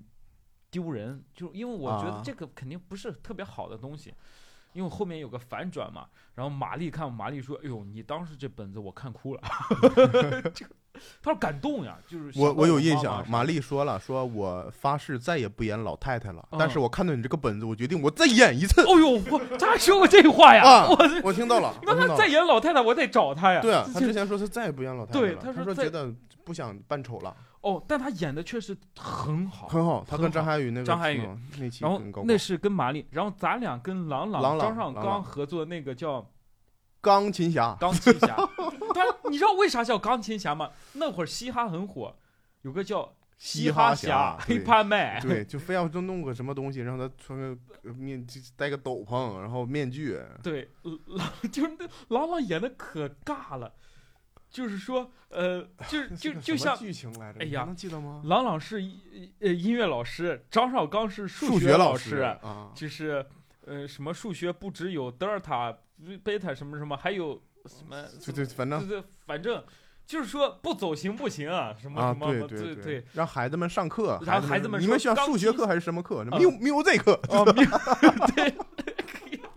S2: 丢人，就是因为我觉得
S1: 啊
S2: 这个肯定不是特别好的东西，因为后面有个反转嘛。然后玛丽看，玛丽说：“哎呦，你当时这本子我看哭了，这个他说感动呀，就是想
S1: 我
S2: 到
S1: 我有
S2: 妈
S1: 印
S2: 妈
S1: 象，啊
S2: 啥
S1: 玛
S2: 的
S1: 丽说了，说我发誓再也不演老太太了，
S2: 嗯
S1: 但是我看到你这个本子，我决定我再演一次。
S2: 哦呦，我他还说过这话呀，
S1: 啊
S2: 我这
S1: 我听到了，
S2: 你
S1: 我
S2: 让
S1: 听
S2: 他
S1: 到
S2: 再
S1: 了。
S2: 演老太太，我得找他呀。
S1: 对啊，
S2: 这
S1: 他之前说是再也不演老太太了，
S2: 对他
S1: 他
S2: 说再
S1: 觉得不想扮丑了，
S2: 哦，但他演的确实很好，
S1: 很好。他
S2: 很
S1: 跟张
S2: 好
S1: 涵予那个
S2: 张涵予
S1: 嗯那期
S2: 然后
S1: 很高
S2: 那
S1: 光
S2: 是跟玛丽，然后咱俩跟郎朗、
S1: 郎朗
S2: 张绍
S1: 郎
S2: 刚
S1: 朗
S2: 合作的那个叫
S1: 钢琴侠，
S2: 钢琴 侠。啊但你知道为啥叫钢琴侠吗？那会儿嘻哈很火，有个叫
S1: 嘻
S2: 哈
S1: 哈
S2: 侠
S1: 侠
S2: h i p 麦。
S1: 对，就非要就弄个什么东西，让他穿个呃面就戴个斗篷，然后面具，
S2: 对，郎 就是那郎朗演的可尬了，就是说，呃， 就是
S1: 这
S2: 就是
S1: 个
S2: 就
S1: 什么
S2: 像
S1: 剧啊情来着，
S2: 哎
S1: 你
S2: 呀
S1: 还能记得吗？
S2: 郎朗是一呃音乐老师，张绍刚是
S1: 数
S2: 学
S1: 老
S2: 师，
S1: 啊，
S2: 就是呃什么数学不只有德尔塔、贝塔什么什么，还有什么
S1: 就就反正
S2: 对对，反正就是说不走行不行啊，什么
S1: 啊，
S2: 什么，
S1: 对
S2: 对
S1: 对，让孩子们上课，
S2: 然后孩子们
S1: 你
S2: 说
S1: 们选
S2: 钢
S1: 数学
S2: 琴
S1: 课还是什么课？什么
S2: 啊
S1: mu music 课
S2: 哦，mu- 对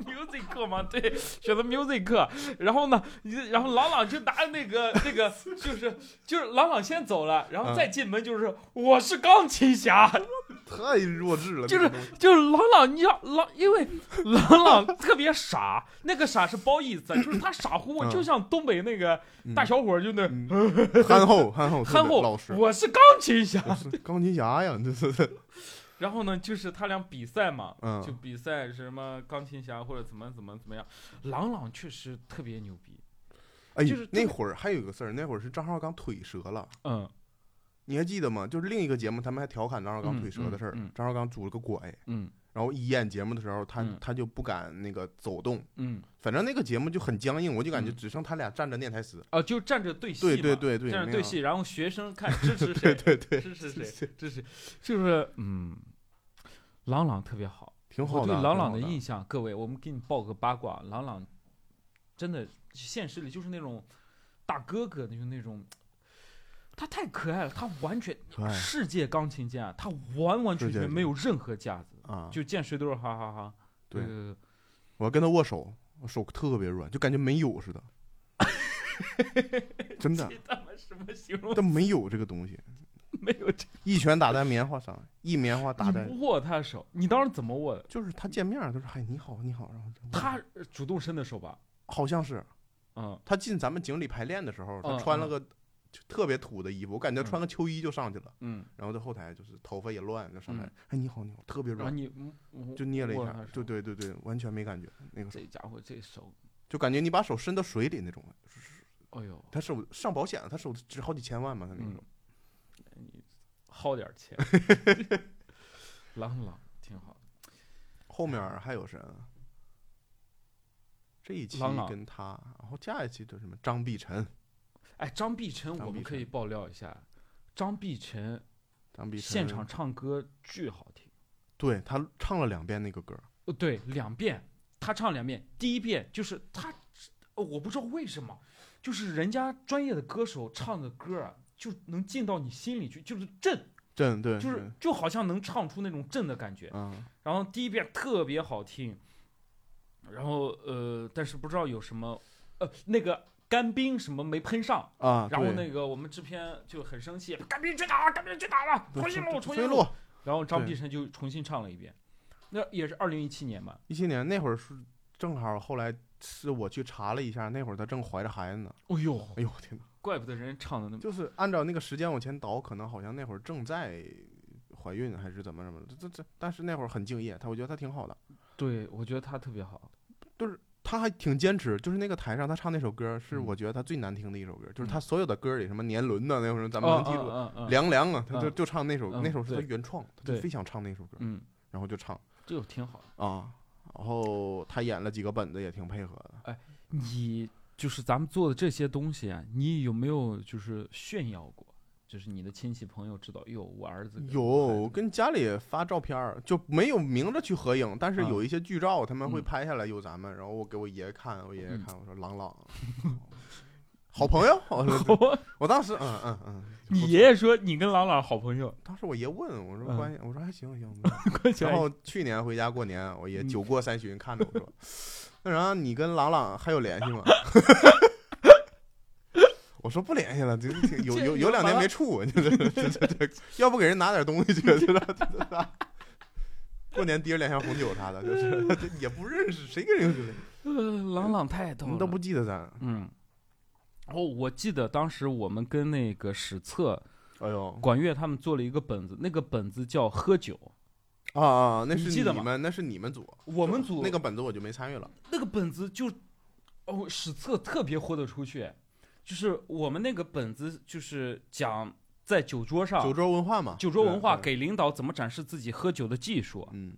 S2: music 课嘛，对，选择 music 课，然后呢，你然后朗朗就拿那个那个就是就是朗朗先走了，然后
S1: 嗯
S2: 再进门就是、我是钢琴侠，
S1: 太弱智了，
S2: 就
S1: 这个
S2: 是
S1: 东西
S2: 就是朗朗，你知道朗，因为朗朗特别傻，那个傻是褒义词，就是他傻乎乎，
S1: 嗯
S2: 就像东北那个
S1: 嗯
S2: 大小伙儿就那
S1: 嗯 憨厚憨厚特别
S2: 憨厚，
S1: 老实，
S2: 我是钢琴侠，
S1: 我是钢琴侠呀，这这这，
S2: 然后呢，就是他俩比赛嘛，
S1: 嗯
S2: 就比赛什么钢琴侠或者怎么怎么怎么样。朗朗确实特别牛逼，
S1: 哎
S2: 就是，
S1: 那会儿还有一个事儿，那会儿是张绍刚腿折了。
S2: 嗯
S1: 你还记得吗？就是另一个节目，他们还调侃张绍刚
S2: 嗯
S1: 腿折的事儿
S2: 嗯嗯。
S1: 张绍刚拄了个拐，
S2: 嗯
S1: 然后一演节目的时候，他、
S2: 嗯
S1: 他就不敢那个走动，
S2: 嗯，
S1: 反正那个节目就很僵硬，我就感觉
S2: 嗯
S1: 只剩他俩站着念台词。
S2: 啊，就站着对戏嘛，
S1: 对对对对，
S2: 站着
S1: 那
S2: 对
S1: 样
S2: 戏，然后学 生看支持
S1: 对
S2: 谁，
S1: 对对，
S2: 支持谁，支持，就是嗯，朗朗特别好。
S1: 挺
S2: 我
S1: 好的。
S2: 哦
S1: 啊
S2: 对朗朗
S1: 挺好的
S2: 印象，各位，我们给你报个八卦，朗朗真的现实里就是那种大哥哥，就是那种。他太可爱了，他完全
S1: 可爱
S2: 世界钢琴家，他完完全
S1: 哎世界
S2: 全
S1: 级
S2: 没有任何架子，
S1: 啊，
S2: 就见谁都是哈哈哈。
S1: 对
S2: 对对，
S1: 我跟他握手，我手特别软，就感觉没有 似的。真的
S2: 这，他妈什么形容？
S1: 但没有这个东西，
S2: 没有这，
S1: 一拳打在棉花上，一棉花打在
S2: 你，不握他手，你当时怎么握的？
S1: 就是他见面儿都是嗨你好你好，然后就
S2: 他主动伸的手吧？
S1: 好像是
S2: 嗯，
S1: 他进咱们井里排练的时候，他
S2: 嗯
S1: 穿了
S2: 嗯
S1: 个就特别土的衣服，我感觉穿个秋衣就上去了。
S2: 嗯，
S1: 然后在后台就是头发也乱，就上来
S2: 嗯，
S1: 哎你好你好，特别
S2: 然后
S1: 软，
S2: 你嗯我
S1: 就捏了一
S2: 握
S1: 下
S2: 他，手
S1: 对对对对，完全没感觉，那个时候
S2: 这家伙这手，
S1: 就感觉你把手伸到水里那种，
S2: 哎呦，
S1: 他手上保险了，他手值好几千万嘛，他那
S2: 嗯
S1: 种，
S2: 你薅点儿钱， 朗朗挺好。
S1: 后面还有谁啊？这一期
S2: 郎朗
S1: 跟他，然后下一期就是什么？张碧晨，
S2: 哎，张碧晨，
S1: 张
S2: 我们
S1: 碧
S2: 可以
S1: 晨
S2: 爆料一下，张碧晨
S1: 张碧晨
S2: 现场唱歌巨好听。
S1: 对他唱了两遍那个歌，
S2: 呃，对，两遍，他唱两遍。第一遍就是他，呃我不知道为什么，就是人家专业的歌手唱的歌啊，就能进到你心里去，就是震，
S1: 真嗯对，
S2: 就是就好像能唱出那种震的感觉。
S1: 嗯，
S2: 然后第一遍特别好听，然后呃，但是不知道有什么，呃，那个干冰什么没喷上，
S1: 啊，
S2: 然后
S1: 对
S2: 那个我们制片就很生气，干冰去打了，干冰去打了，
S1: 对
S2: 重新
S1: 对对
S2: 录，重
S1: 重
S2: 新
S1: 录
S2: 录。然后张
S1: 对
S2: 碧晨就重新唱了一遍，那也是二零一七年嘛。
S1: 一七年那会儿是正好，后来是我去查了一下，那会儿她正怀着孩子呢。
S2: 哎呦，
S1: 哎呦我天哪！
S2: 怪不得人家唱的那么
S1: 就是按照那个时间往前倒，可能好像那会儿正在怀孕还是怎么怎么的，这这这，但是那会儿很敬业，她我觉得她挺好的，
S2: 对，我觉得他特别好。
S1: 她还挺坚持。就是那个台上她唱那首歌，是
S2: 嗯
S1: 我觉得她最难听的一首歌，就是
S2: 嗯
S1: 她所有的歌里什么年轮呐、那会儿咱们
S2: 嗯
S1: 能记住，
S2: 嗯嗯嗯
S1: 凉凉啊，她就
S2: 嗯
S1: 就唱那首，
S2: 嗯
S1: 那首是她
S2: 对
S1: 原创，她就
S2: 对
S1: 非想唱那首歌，
S2: 嗯，
S1: 然后就唱
S2: 这个挺好的。
S1: 啊。然后她演了几个本子，也挺配合的。
S2: 嗯你就是咱们做的这些东西啊，你有没有就是炫耀过？就是你的亲戚朋友知道，哟，我儿子跟我孩
S1: 有
S2: 子
S1: 跟家里发照片儿，就没有明着去合影，但是
S2: 啊
S1: 有一些剧照他们会
S2: 嗯
S1: 拍下来有咱们，然后我给我爷爷看，我爷爷
S2: 嗯
S1: 看，我说朗朗，好朋友，我 说
S2: 我
S1: 我当时嗯嗯嗯，
S2: 你
S1: 不错
S2: 爷爷说你跟朗朗好 朋友，
S1: 当时我爷问我说
S2: 嗯
S1: 关系，我说还行行，
S2: 快起来
S1: 然后去年回家过年，我爷
S2: 嗯
S1: 酒过三巡看着我说，那啥你跟朗朗还有联系吗？ 我说不联系了，这这有有有两年没处，这这 这这这，要不给人拿点东西去，这这这过年提着两箱红酒啥的，就是这也不认识，谁跟人认识？
S2: 呃，朗朗太
S1: 你
S2: 逗
S1: 们
S2: 了，
S1: 都不记得咱？
S2: 嗯。哦，我记得当时我们跟那个史册
S1: 哎呦
S2: 管乐他们做了一个本子，那个本子叫《喝酒》。
S1: 啊啊，那
S2: 你
S1: 是
S2: 记得
S1: 你
S2: 吗
S1: 们，那是你们组，
S2: 我们
S1: 是吧
S2: 组
S1: 那个本子我就没参与了。
S2: 那个本子就，哦，史册特别豁得出去，就是我们那个本子就是讲在酒桌上
S1: 酒桌文化嘛，
S2: 啊酒桌文化
S1: 对对
S2: 给领导怎么展示自己喝酒的技术。
S1: 嗯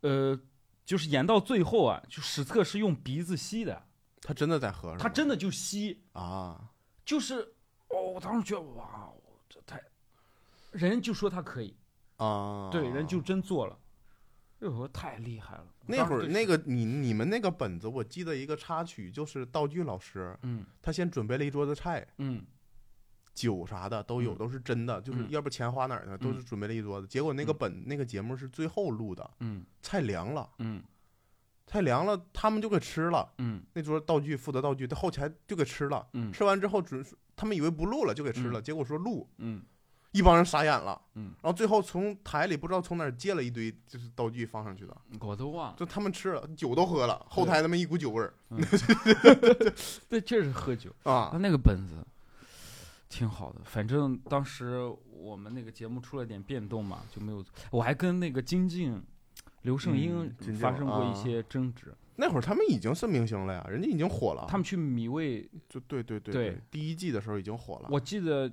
S2: 呃，就是演到最后啊，就史册是用鼻子吸的，
S1: 他真的在喝，是
S2: 他
S1: 吗
S2: 真的就吸。
S1: 啊，
S2: 就是哦，我当时觉得哇，哦这太，人就说他可以，
S1: 啊，
S2: 对，人就真做了，这会儿太厉害了。
S1: 那会
S2: 我当
S1: 儿
S2: 时
S1: 那个你你们那个本子，我记得一个插曲，就是道具老师
S2: 嗯
S1: 他先准备了一桌子菜，
S2: 嗯
S1: 酒啥的都有，
S2: 嗯
S1: 都是真的，就是
S2: 嗯
S1: 要不钱花哪儿呢，都是准备了一桌子。结果那个本那个节目是最后录的，
S2: 嗯
S1: 菜凉了，
S2: 嗯
S1: 菜凉了，他们就给吃了。
S2: 嗯
S1: 那桌道具负责道具，他后台就给吃了。
S2: 嗯
S1: 吃完之后准，他们以为不录了，就给吃了。结果说录，
S2: 嗯
S1: 一帮人傻眼了。
S2: 嗯，
S1: 然后最后从台里不知道从哪儿借了一堆就是道具放上去的，
S2: 嗯，我都忘了，
S1: 就他们吃了，酒都喝了，后台他们一股酒味儿
S2: 对，这是喝酒。
S1: 啊
S2: 他。那个本子挺好的，反正当时我们那个节目出了点变动嘛，就没有。我还跟那个金靖、刘胜英
S1: 嗯金靖
S2: 发生过
S1: 啊
S2: 一些争执，
S1: 那会儿他们已经是明星了呀，人家已经火了。
S2: 他们去米味
S1: 就对对对
S2: 对
S1: 第一季的时候已经火了。
S2: 我记得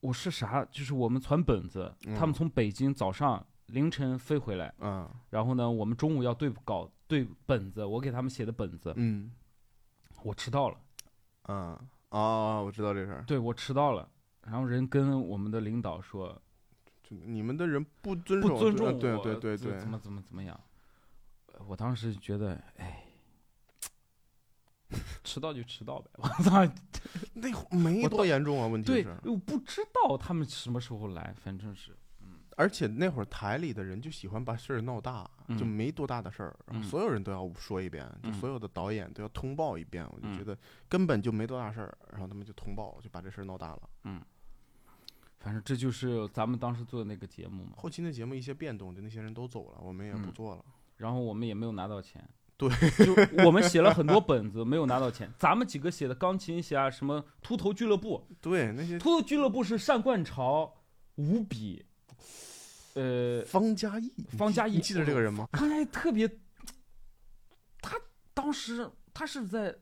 S2: 我是啥，就是我们传本子，
S1: 嗯
S2: 他们从北京早上凌晨飞回来，
S1: 嗯
S2: 然后呢，我们中午要对稿对本子，我给他们写的本子，
S1: 嗯
S2: 我迟到了，
S1: 嗯啊，我知道这事儿。
S2: 对我迟到了，然后人跟我们的领导说
S1: 就你们的人不遵守，
S2: 不尊重我，
S1: 对对对
S2: 怎
S1: 对
S2: 怎么怎么怎么样，呃我当时觉得，哎。 迟到就迟到呗， 我操！
S1: 那会儿没多严重啊，问题
S2: 对
S1: 是，，
S2: 我不知道他们什么时候来，反正是，
S1: 而且那会儿台里的人就喜欢把事儿闹大，
S2: 嗯
S1: 就没多大的事儿，然后
S2: 嗯
S1: 所有人都要说一遍，就
S2: 嗯
S1: 所有的导演都要通报一遍，我就
S2: 嗯
S1: 觉得根本就没多大事儿，然后他们就通报，就把这事儿闹大了。
S2: 反正这就是咱们当时做的那个节目嘛。
S1: 后期那节目一些变动，就那些人都走了，我们也不
S2: 嗯
S1: 做了。
S2: 然后我们也没有拿到钱。
S1: 对，
S2: 就我们写了很多本子，没有拿到钱。咱们几个写的《钢琴侠》什么《秃头俱乐部
S1: 对，那》，些
S2: 《秃头俱乐部》是单冠潮、五笔，呃，
S1: 方嘉译，你
S2: 方
S1: 记
S2: 嘉译
S1: 你记得这个人吗？
S2: 方嘉译特别，他当时他是在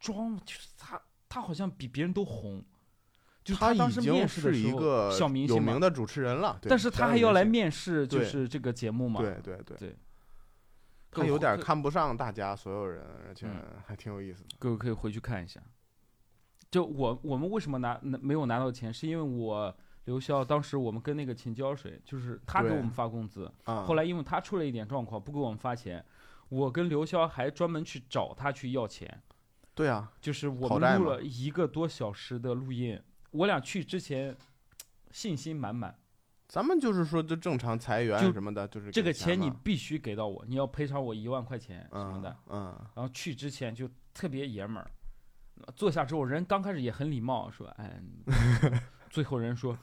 S2: 装，就是他他好像比别人都红，就是
S1: 他
S2: 当
S1: 已
S2: 时
S1: 经
S2: 面试的
S1: 是一
S2: 时候
S1: 个
S2: 小明
S1: 有
S2: 星嘛
S1: 名，的主持人了，对
S2: 但是他还要来，面试，就
S1: 对
S2: 是这个节目嘛，
S1: 小有名气对对对，
S2: 各
S1: 他有
S2: 位
S1: 点
S2: 各
S1: 看不上大家所有人，而且
S2: 嗯
S1: 还挺有意思的。
S2: 各位可以回去看一下。就我我们为什么拿拿没有拿到钱，是因为我刘潇当时我们跟那个秦娇水，就是他给
S1: 对
S2: 我们发工资，
S1: 啊，
S2: 后来因为他出了一点状况，不给我们发钱，我跟刘潇还专门去找他去要钱，
S1: 对啊，
S2: 就是我
S1: 讨债
S2: 们
S1: 嘛
S2: 录了一个多小时的录音，我俩去之前信心满满，
S1: 咱们就是说就正常裁员啊
S2: 就
S1: 什么的，就是
S2: 这
S1: 给
S2: 个钱你
S1: 嘛
S2: 必须给到我，你要赔偿我一万块钱什么的，
S1: 嗯嗯，
S2: 然后去之前就特别爷们儿， 坐下之后人刚开始也很礼貌，说哎，最后人说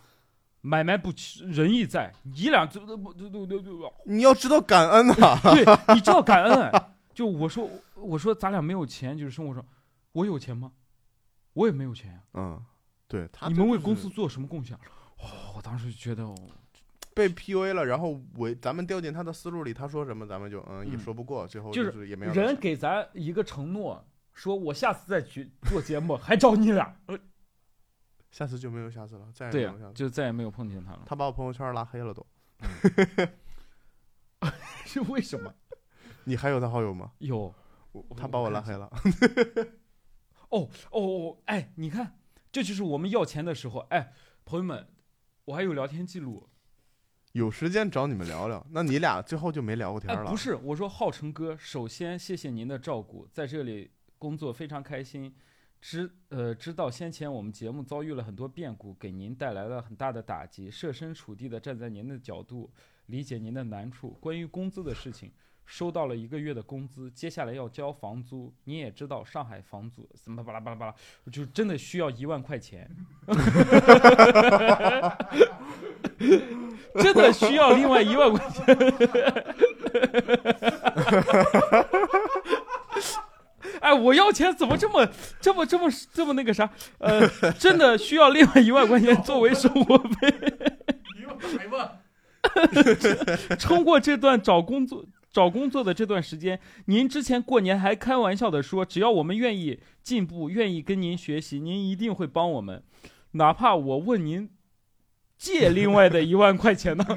S2: 买卖不齐仁义在，你俩这这这这这这
S1: 你要知道感恩呐、
S2: 对，你知道感恩哎。就我说，我说咱俩没有钱，就是生活上，我有钱吗？我也没有钱呀、
S1: 嗯，对他
S2: 你
S1: 真
S2: 们
S1: 的
S2: 为公
S1: 是
S2: 司做什么贡献？哦，我当时就觉得，哦
S1: 被 PUA 了，然后我咱们掉进他的思路里，他说什么咱们就嗯也
S2: 嗯
S1: 说不过，最后
S2: 就是
S1: 是也没有
S2: 人给咱一个承诺，说我下次再去做节目还找你俩。
S1: 下次就没有下次了，再也没
S2: 对呀
S1: 有下、次。
S2: 就再也没有碰见他了。
S1: 他把我朋友圈拉黑了都，
S2: 是为什么？哦
S1: 你还有他好友吗？
S2: 有
S1: 我
S2: 我
S1: 他把我
S2: 我
S1: 拉
S2: 看
S1: 黑了，
S2: 哦哦哦，哎，你看，这就是我们要钱的时候。哎，朋友们，我还有聊天记录。
S1: 有时间找你们聊聊。那你俩最后就没聊过天
S2: 哎，
S1: 了？
S2: 不，是，我说浩成哥，首先谢谢您的照顾，在这里工作非常开心。知呃，知道先前我们节目遭遇了很多变故，给您带来了很大的打击，设身处地的站在您的角度，理解您的难处。关于工资的事情，收到了一个月的工资，接下来要交房租，你也知道上海房租什么巴拉巴拉巴拉，我就真的需要一万块钱， 真的需要另外一万块钱。哎，我要钱怎么这么这么这么这么那个啥？呃，真的需要另外一万块钱作为生活费。撑过这段找工作找工作的这段时间，您之前过年还开玩笑的说，只要我们愿意进步，愿意跟您学习，您一定会帮我们，哪怕我问您借另外的一万块钱呢。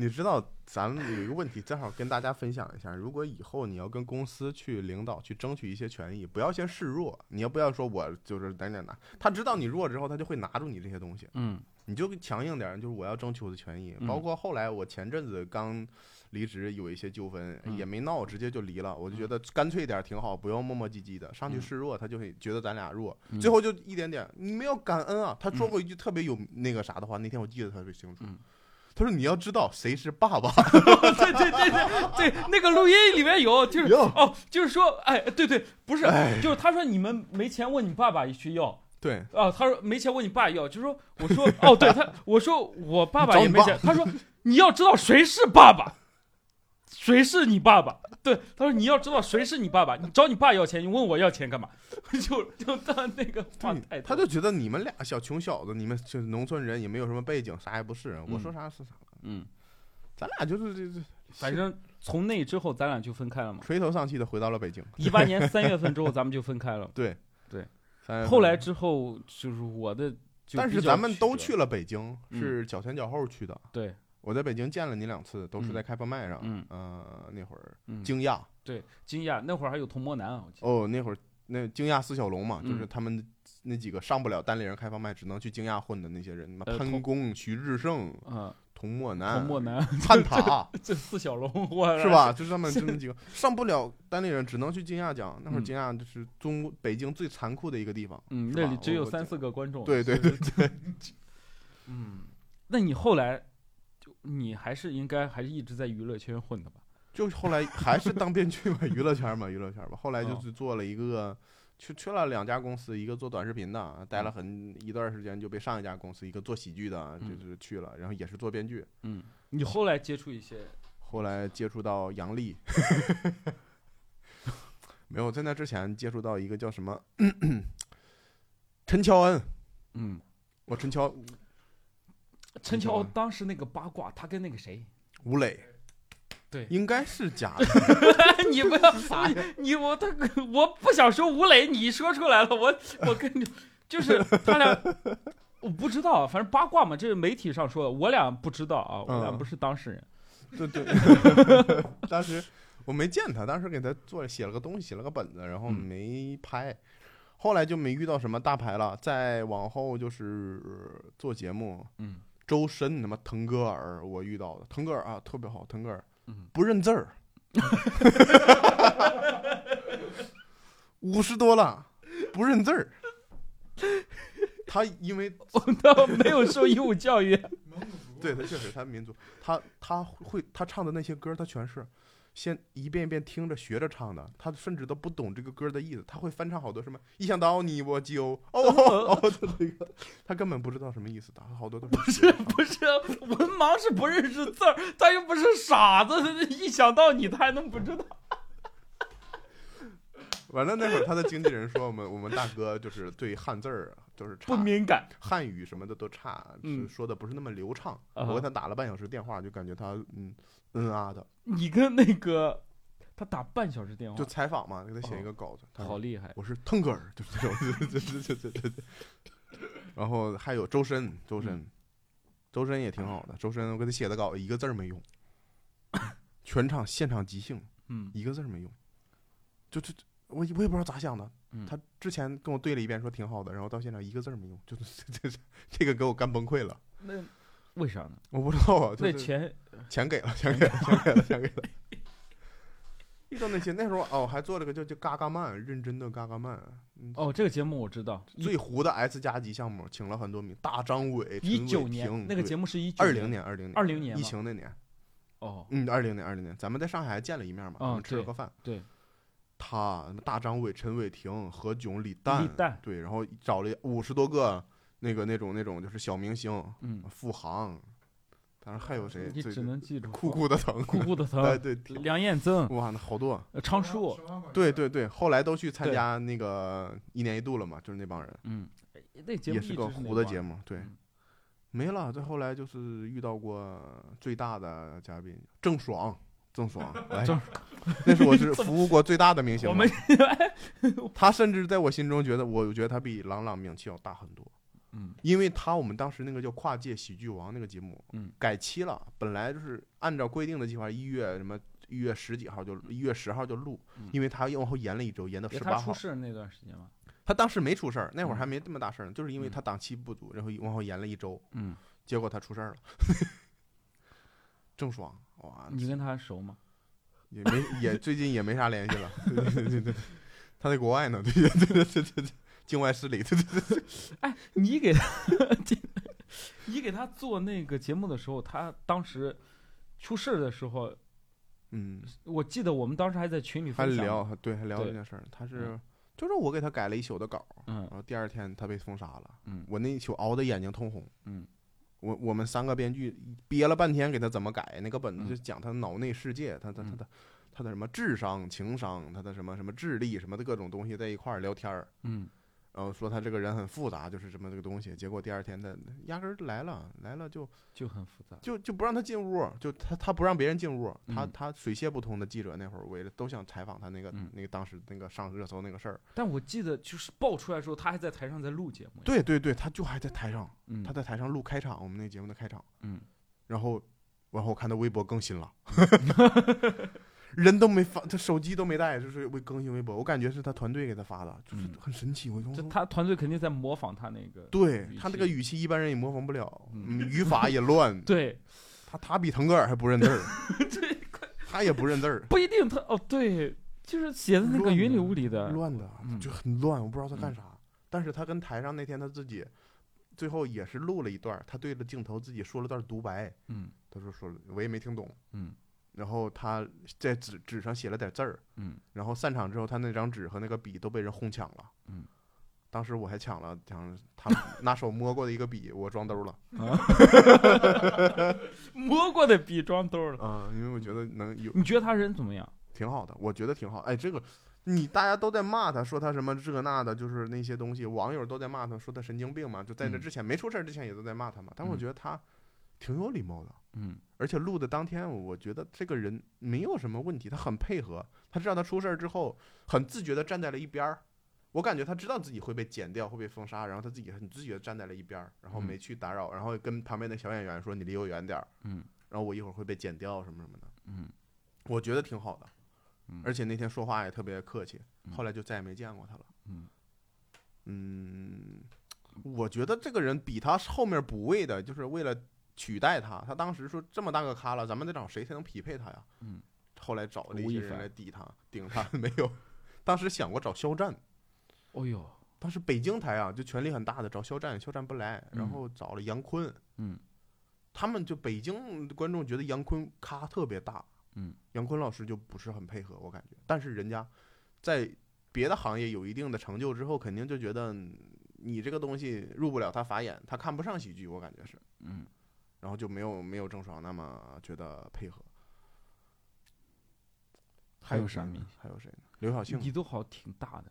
S1: 你知道咱们有一个问题，正好跟大家分享一下。如果以后你要跟公司去领导去争取一些权益，不要先示弱，你要不要说我就是哪哪哪？他知道你弱之后，他就会拿住你这些东西。
S2: 嗯
S1: 你就强硬点儿，就是我要争取我的权益。
S2: 嗯
S1: 包括后来我前阵子刚离职，有一些纠纷、
S2: 嗯
S1: 也没闹，直接就离了。我就觉得干脆一点儿挺好，不要磨磨唧唧的上去
S2: 嗯
S1: 示弱，他就会觉得咱俩弱。
S2: 嗯
S1: 最后就一点点，你们要感恩啊！他说过一句特别有那个啥的话，那天我记得特别清楚。
S2: 嗯
S1: 他说：“你要知道谁是爸 爸。
S2: 对对对对对，那个录音里面有，就是
S1: 哟
S2: 哦，就是说，哎，对对，不是
S1: 哎，
S2: 就是他说你们没钱问你爸爸去要。
S1: 对，
S2: 啊，他说没钱问你爸要，就说我说哦，对他，我说我爸爸
S1: 你找
S2: 也
S1: 你
S2: 没钱，他说你要知道谁是爸爸，谁是你爸爸，对，他说你要知道谁是你爸爸，你找你爸要钱，你问我要钱干嘛？ 就就他那个话
S1: 对
S2: 太多
S1: 他就觉得你们俩小穷小子，你们就是农村人，也没有什么背景，啥也不是。我说啥是啥，
S2: 嗯，
S1: 咱俩就是这这
S2: 反正从那之后咱俩就分开了嘛，
S1: 垂头丧气的回到了北京。
S2: 一八年三月份之后咱们就分 开了。
S1: 对
S2: 对，
S1: 三月份
S2: 后来之后就是我的就比较曲折，
S1: 但是咱们都去了北京，
S2: 嗯
S1: 是脚前脚后去的。
S2: 对，
S1: 我在北京见了你两次，都是
S2: 嗯
S1: 在开放麦上。
S2: 嗯
S1: 呃，那会儿
S2: 嗯，
S1: 惊讶
S2: 对惊讶，那会儿还有童漠男啊，我记得，
S1: 哦，那会儿那惊讶四小龙嘛，
S2: 嗯
S1: 就是他们那几个上不了单立人开放麦，只能去惊讶混的那些人，嘛，
S2: 呃
S1: 潘
S2: 童
S1: 公、徐志胜、
S2: 嗯，
S1: 童漠
S2: 童
S1: 南、
S2: 漠男
S1: 潘塔，
S2: 这四小 龙，我
S1: 是？吧？就是他 们这么几个上不了单立人，只能去惊讶讲。那会儿
S2: 嗯
S1: 惊讶就是中北京最残酷的一个地方。
S2: 嗯，
S1: 是
S2: 那
S1: 吧
S2: 里只有
S1: 我
S2: 三四个观众。
S1: 对对
S2: 对对。嗯，那你后来就你还是应该还是一直在娱乐圈混的吧？
S1: 就后来还是当编剧嘛，娱乐圈嘛，娱乐圈吧。后来就
S2: 哦
S1: 是做了一个，去去了两家公司，一个做短视频的，待
S2: 嗯
S1: 了很一段时间，就被上一家公司一个做喜剧的，就
S2: 嗯
S1: 是去了，然后也是做编剧。
S2: 嗯，你后来接触一些，
S1: 后来接触到杨 笠，没有在那之前接触到一个叫什么 陈乔恩，
S2: 嗯，
S1: 我陈乔
S2: 陈
S1: 陈乔
S2: 乔
S1: 恩
S2: 当时那个八卦，他跟那 个谁，
S1: 吴磊，
S2: 对
S1: 应该是假 的。
S2: 你不要你我他我不想说吴磊，你说出来了， 我我跟你就是他俩，我不知道，反正八卦嘛，这是媒体上说的，我俩不知道啊，我俩
S1: 嗯
S2: 不是当事人。
S1: 对对， 当时我没见他，当时给他做写了个东西，写了个本子，然后
S2: 嗯
S1: 没拍。后来就没遇到什么大牌了，再往后就是呃做节目，
S2: 嗯
S1: 周深他妈腾格尔，我遇到的腾格尔啊，特别好，腾格尔
S2: 嗯，
S1: 不认字儿， 五十多了不认字儿，他因为
S2: 我倒 没有受义务教育。
S1: 对他确实，他民族，他他会他唱的那些歌，他全是先一遍一遍听着学着唱的，他甚至都不懂这个歌的意思，他会翻唱好多什么“一想到你我就哦
S2: 嗯
S1: 哦”哦的那个，他根本不知道什么意思的，他好多都
S2: 不
S1: 是学
S2: 是
S1: 着唱的
S2: 不是，文盲是不认识字儿，他又不是傻子， 一想到你他还能不知道？
S1: 完了那会儿他的经纪人说我们我们大哥就是对汉字儿啊就是差
S2: 不敏感，
S1: 汉语什么的都差，
S2: 嗯
S1: 是说的不是那么流畅。
S2: 啊哈
S1: 我跟他打了半小时电话，就感觉他嗯嗯啊的，
S2: 你跟那个他打半小时电话
S1: 就，采访嘛，给他
S2: 哦
S1: 写一个稿子。他说
S2: 好厉害！
S1: 我是腾格尔，就是这种，对 对对对对。然后还有周深，周
S2: 嗯
S1: 深，周深也挺好的。周深我给他写的稿，一个字儿没用， 全场现场即兴，
S2: 嗯
S1: 一个字儿没用。就就我也我也不知道咋想的
S2: 嗯，
S1: 他之前跟我对了一遍，说挺好的，然后到现场一个字儿没用，就这这这个给我干崩溃了。
S2: 那为啥呢？
S1: 我不知道啊，就
S2: 那
S1: 是
S2: 钱
S1: 钱给了，钱给了，钱给了，钱给了。 遇到那些那时候哦，还做了个叫叫嘎嘎曼，认真的嘎嘎曼，嗯，
S2: 哦，这个节目我知道，
S1: 最糊的 S 加级项目，请了很多名，大张伟、
S2: 一九年那个节
S1: 目，
S2: 目是一
S1: 二零年，二零年，
S2: 二零年
S1: 疫
S2: 吗
S1: 情那年，
S2: 哦，
S1: 嗯，二零年，二零年，咱们在上海还见了一面嘛，
S2: 嗯
S1: 咱们吃了
S2: 对
S1: 个饭，
S2: 对
S1: 他什么大张伟、陈伟霆、何炅、李诞，
S2: 李诞
S1: 对，然后找了五十多个那个那种那种就是小明星，
S2: 嗯，
S1: 付航，当然还有谁，
S2: 你
S1: 最
S2: 只能记住
S1: 酷酷的疼，
S2: 酷酷的
S1: 哎
S2: 疼，
S1: 对，挺
S2: 梁彦增、
S1: 哇，那好多，
S2: 呃昌叔，
S1: 对对对，后来都去参
S2: 对
S1: 加那个一年一度了嘛，就是那帮人，
S2: 嗯，那节
S1: 也
S2: 目一直
S1: 是个
S2: 那
S1: 糊的
S2: 块儿
S1: 节目，对
S2: 嗯，
S1: 没了。再后来就是遇到过最大的嘉宾郑爽，郑 爽，哎
S2: 郑，
S1: 那是我 是服务过最大的明星
S2: 我
S1: 了。
S2: 们
S1: 他甚至在我心中觉得，我觉得他比郎朗名气要大很多。
S2: 嗯，
S1: 因为他我们当时那个叫《跨界喜剧王》那个节目，
S2: 嗯，
S1: 改期了，本来就是按照规定的计划，一月什么一月十几号就一月十号就录
S2: 嗯，
S1: 因为他往后延了一周，延到
S2: 别
S1: 十
S2: 他
S1: 八
S2: 出
S1: 号。
S2: 事那段时间嘛，
S1: 他当时没出事儿，那会儿
S2: 嗯
S1: 还没这么大事儿呢，就是因为
S2: 嗯
S1: 他档期不足，然后往后延了一周，
S2: 嗯，
S1: 结果他出事儿了。郑爽，哇，
S2: 你跟他熟吗？
S1: 也没也最近也没啥联系了，对对对对，他在国外呢，对对对对对对，境外势力，对对对，
S2: 你 给他，你给他做那个节目的时候，他当时出事儿的时候，
S1: 嗯，
S2: 我记得我们当时还在群里
S1: 还
S2: 分享，
S1: 聊，对还聊
S2: 对
S1: 这件事儿，他是就是我给他改了一宿的稿，
S2: 嗯
S1: 然后第二天他被封杀了，
S2: 嗯
S1: 我那一宿熬得眼睛通红，
S2: 嗯，
S1: 我我们三个编剧憋了半天给他怎么改那个本
S2: 嗯
S1: 子，就讲他脑内世界，他他他
S2: 嗯
S1: 的他的什么智商、情商，他的什么什么智力什么的各种东西在一块儿聊天儿，
S2: 嗯，
S1: 然后说他这个人很复杂，就是什么这个东西，结果第二天他压根儿来了来了就
S2: 就很复杂，
S1: 就就不让他进屋，就他他不让别人进屋，他
S2: 嗯
S1: 他水泄不通的记者那会儿围着都想采访他那个
S2: 嗯
S1: 那个当时那个上热搜那个事儿，
S2: 但我记得就是爆出来之后，他还在台上在录节目，，
S1: 对对对，他就还在台上。
S2: 嗯，
S1: 他在台上录开场，我们那节目的开场，
S2: 嗯，
S1: 然后，然后我看他微博更新 了，人都没发，他手机都没带，就是微更新微博，我感觉是他团队给他发的，就是
S2: 嗯
S1: 很神奇，我就
S2: 就
S1: 说
S2: 他团队肯定在模仿他那个，
S1: 对
S2: 语
S1: 他那
S2: 气
S1: 个语气一般人也模仿不了，
S2: 嗯，
S1: 嗯，语法也乱
S2: 对，
S1: 他他比腾格尔还不认字 儿，他也不认字儿，
S2: 不一定他哦，对，就是写的那个
S1: 乱
S2: 云里
S1: 的
S2: 雾里的，
S1: 乱的啊
S2: 嗯
S1: 就很乱，我不知道他干啥。但是他跟台上那天他自己，最后也是录了一段儿，他对着镜头自己说了段独白，
S2: 嗯
S1: 他说说了我也没听懂，
S2: 嗯
S1: 然后他在纸纸上写了点字儿，
S2: 嗯
S1: 然后散场之后，他那张纸和那个笔都被人哄抢了。
S2: 嗯，
S1: 当时我还抢了，抢了他拿手摸过的一个笔，我装 兜了。
S2: 摸过的笔装兜了。
S1: 嗯，因为我觉得能有
S2: 你觉得他人怎么样？
S1: 挺好的，我觉得挺好。哎，这个你大家都在骂他，说他什么这个那的，就是那些东西，网友都在骂他，说他神经病嘛。就在这
S2: 嗯
S1: 之前、没出事儿之前也都在骂他嘛。但我
S2: 嗯
S1: 觉得他挺有礼貌的，
S2: 嗯，
S1: 而且录的当天，我觉得这个人没有什么问题，他很配合。他知道他出事儿之后，很自觉的站在了一边儿。我感觉他知道自己会被剪掉，会被封杀，然后他自己很自觉地站在了一边儿，然后
S2: 嗯
S1: 没去打扰，然后跟旁边的小演员说：“你离我远点儿。”
S2: 嗯，
S1: 然后我一会儿会被剪掉什么什么的。
S2: 嗯，
S1: 我觉得挺好的
S2: 嗯，
S1: 而且那天说话也特别客气
S2: 嗯，
S1: 后来就再也没见过他了。
S2: 嗯
S1: 嗯我觉得这个人比他后面补位的，就是为了取代他。他当时说这么大个咖了，咱们得找谁才能匹配他呀？
S2: 嗯，
S1: 后来找了
S2: 吴
S1: 一
S2: 亦
S1: 些人
S2: 凡
S1: 来抵他，顶他 没有。当时想过找肖战，
S2: 哦呦，
S1: 当时北京台啊，就权力很大的，找肖战，肖战不来，
S2: 嗯
S1: 然后找了杨坤，
S2: 嗯
S1: 他们就北京观众觉得杨坤咖特别大，
S3: 嗯，
S1: 杨坤老师就不是很配合，我感觉。但是人家在别的行业有一定的成就之后，肯定就觉得你这个东西入不了他法眼，他看不上喜剧，我感觉是。
S3: 嗯，
S1: 然后就没有没有郑爽那么觉得配合。
S3: 还有啥
S1: 谁呢
S3: 明星？
S1: 还有谁呢？刘晓庆，
S2: 你都好挺大的，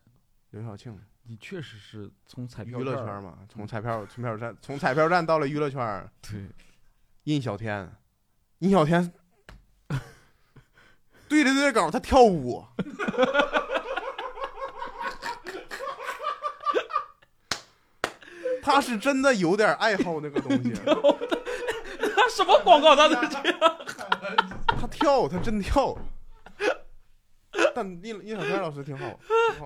S1: 刘晓庆，
S2: 你确实是从彩
S1: 娱
S2: 票
S1: 乐
S2: 这儿嗯
S1: 圈嘛，从彩票从彩票站从彩票站到了娱乐圈，
S2: 对，
S1: 印小天，印小天对着对着稿，他跳舞。他是真的有点爱好那个东西，
S2: 他 什么广告他都去，
S1: 他跳，他真跳。但印印小天老师挺好，挺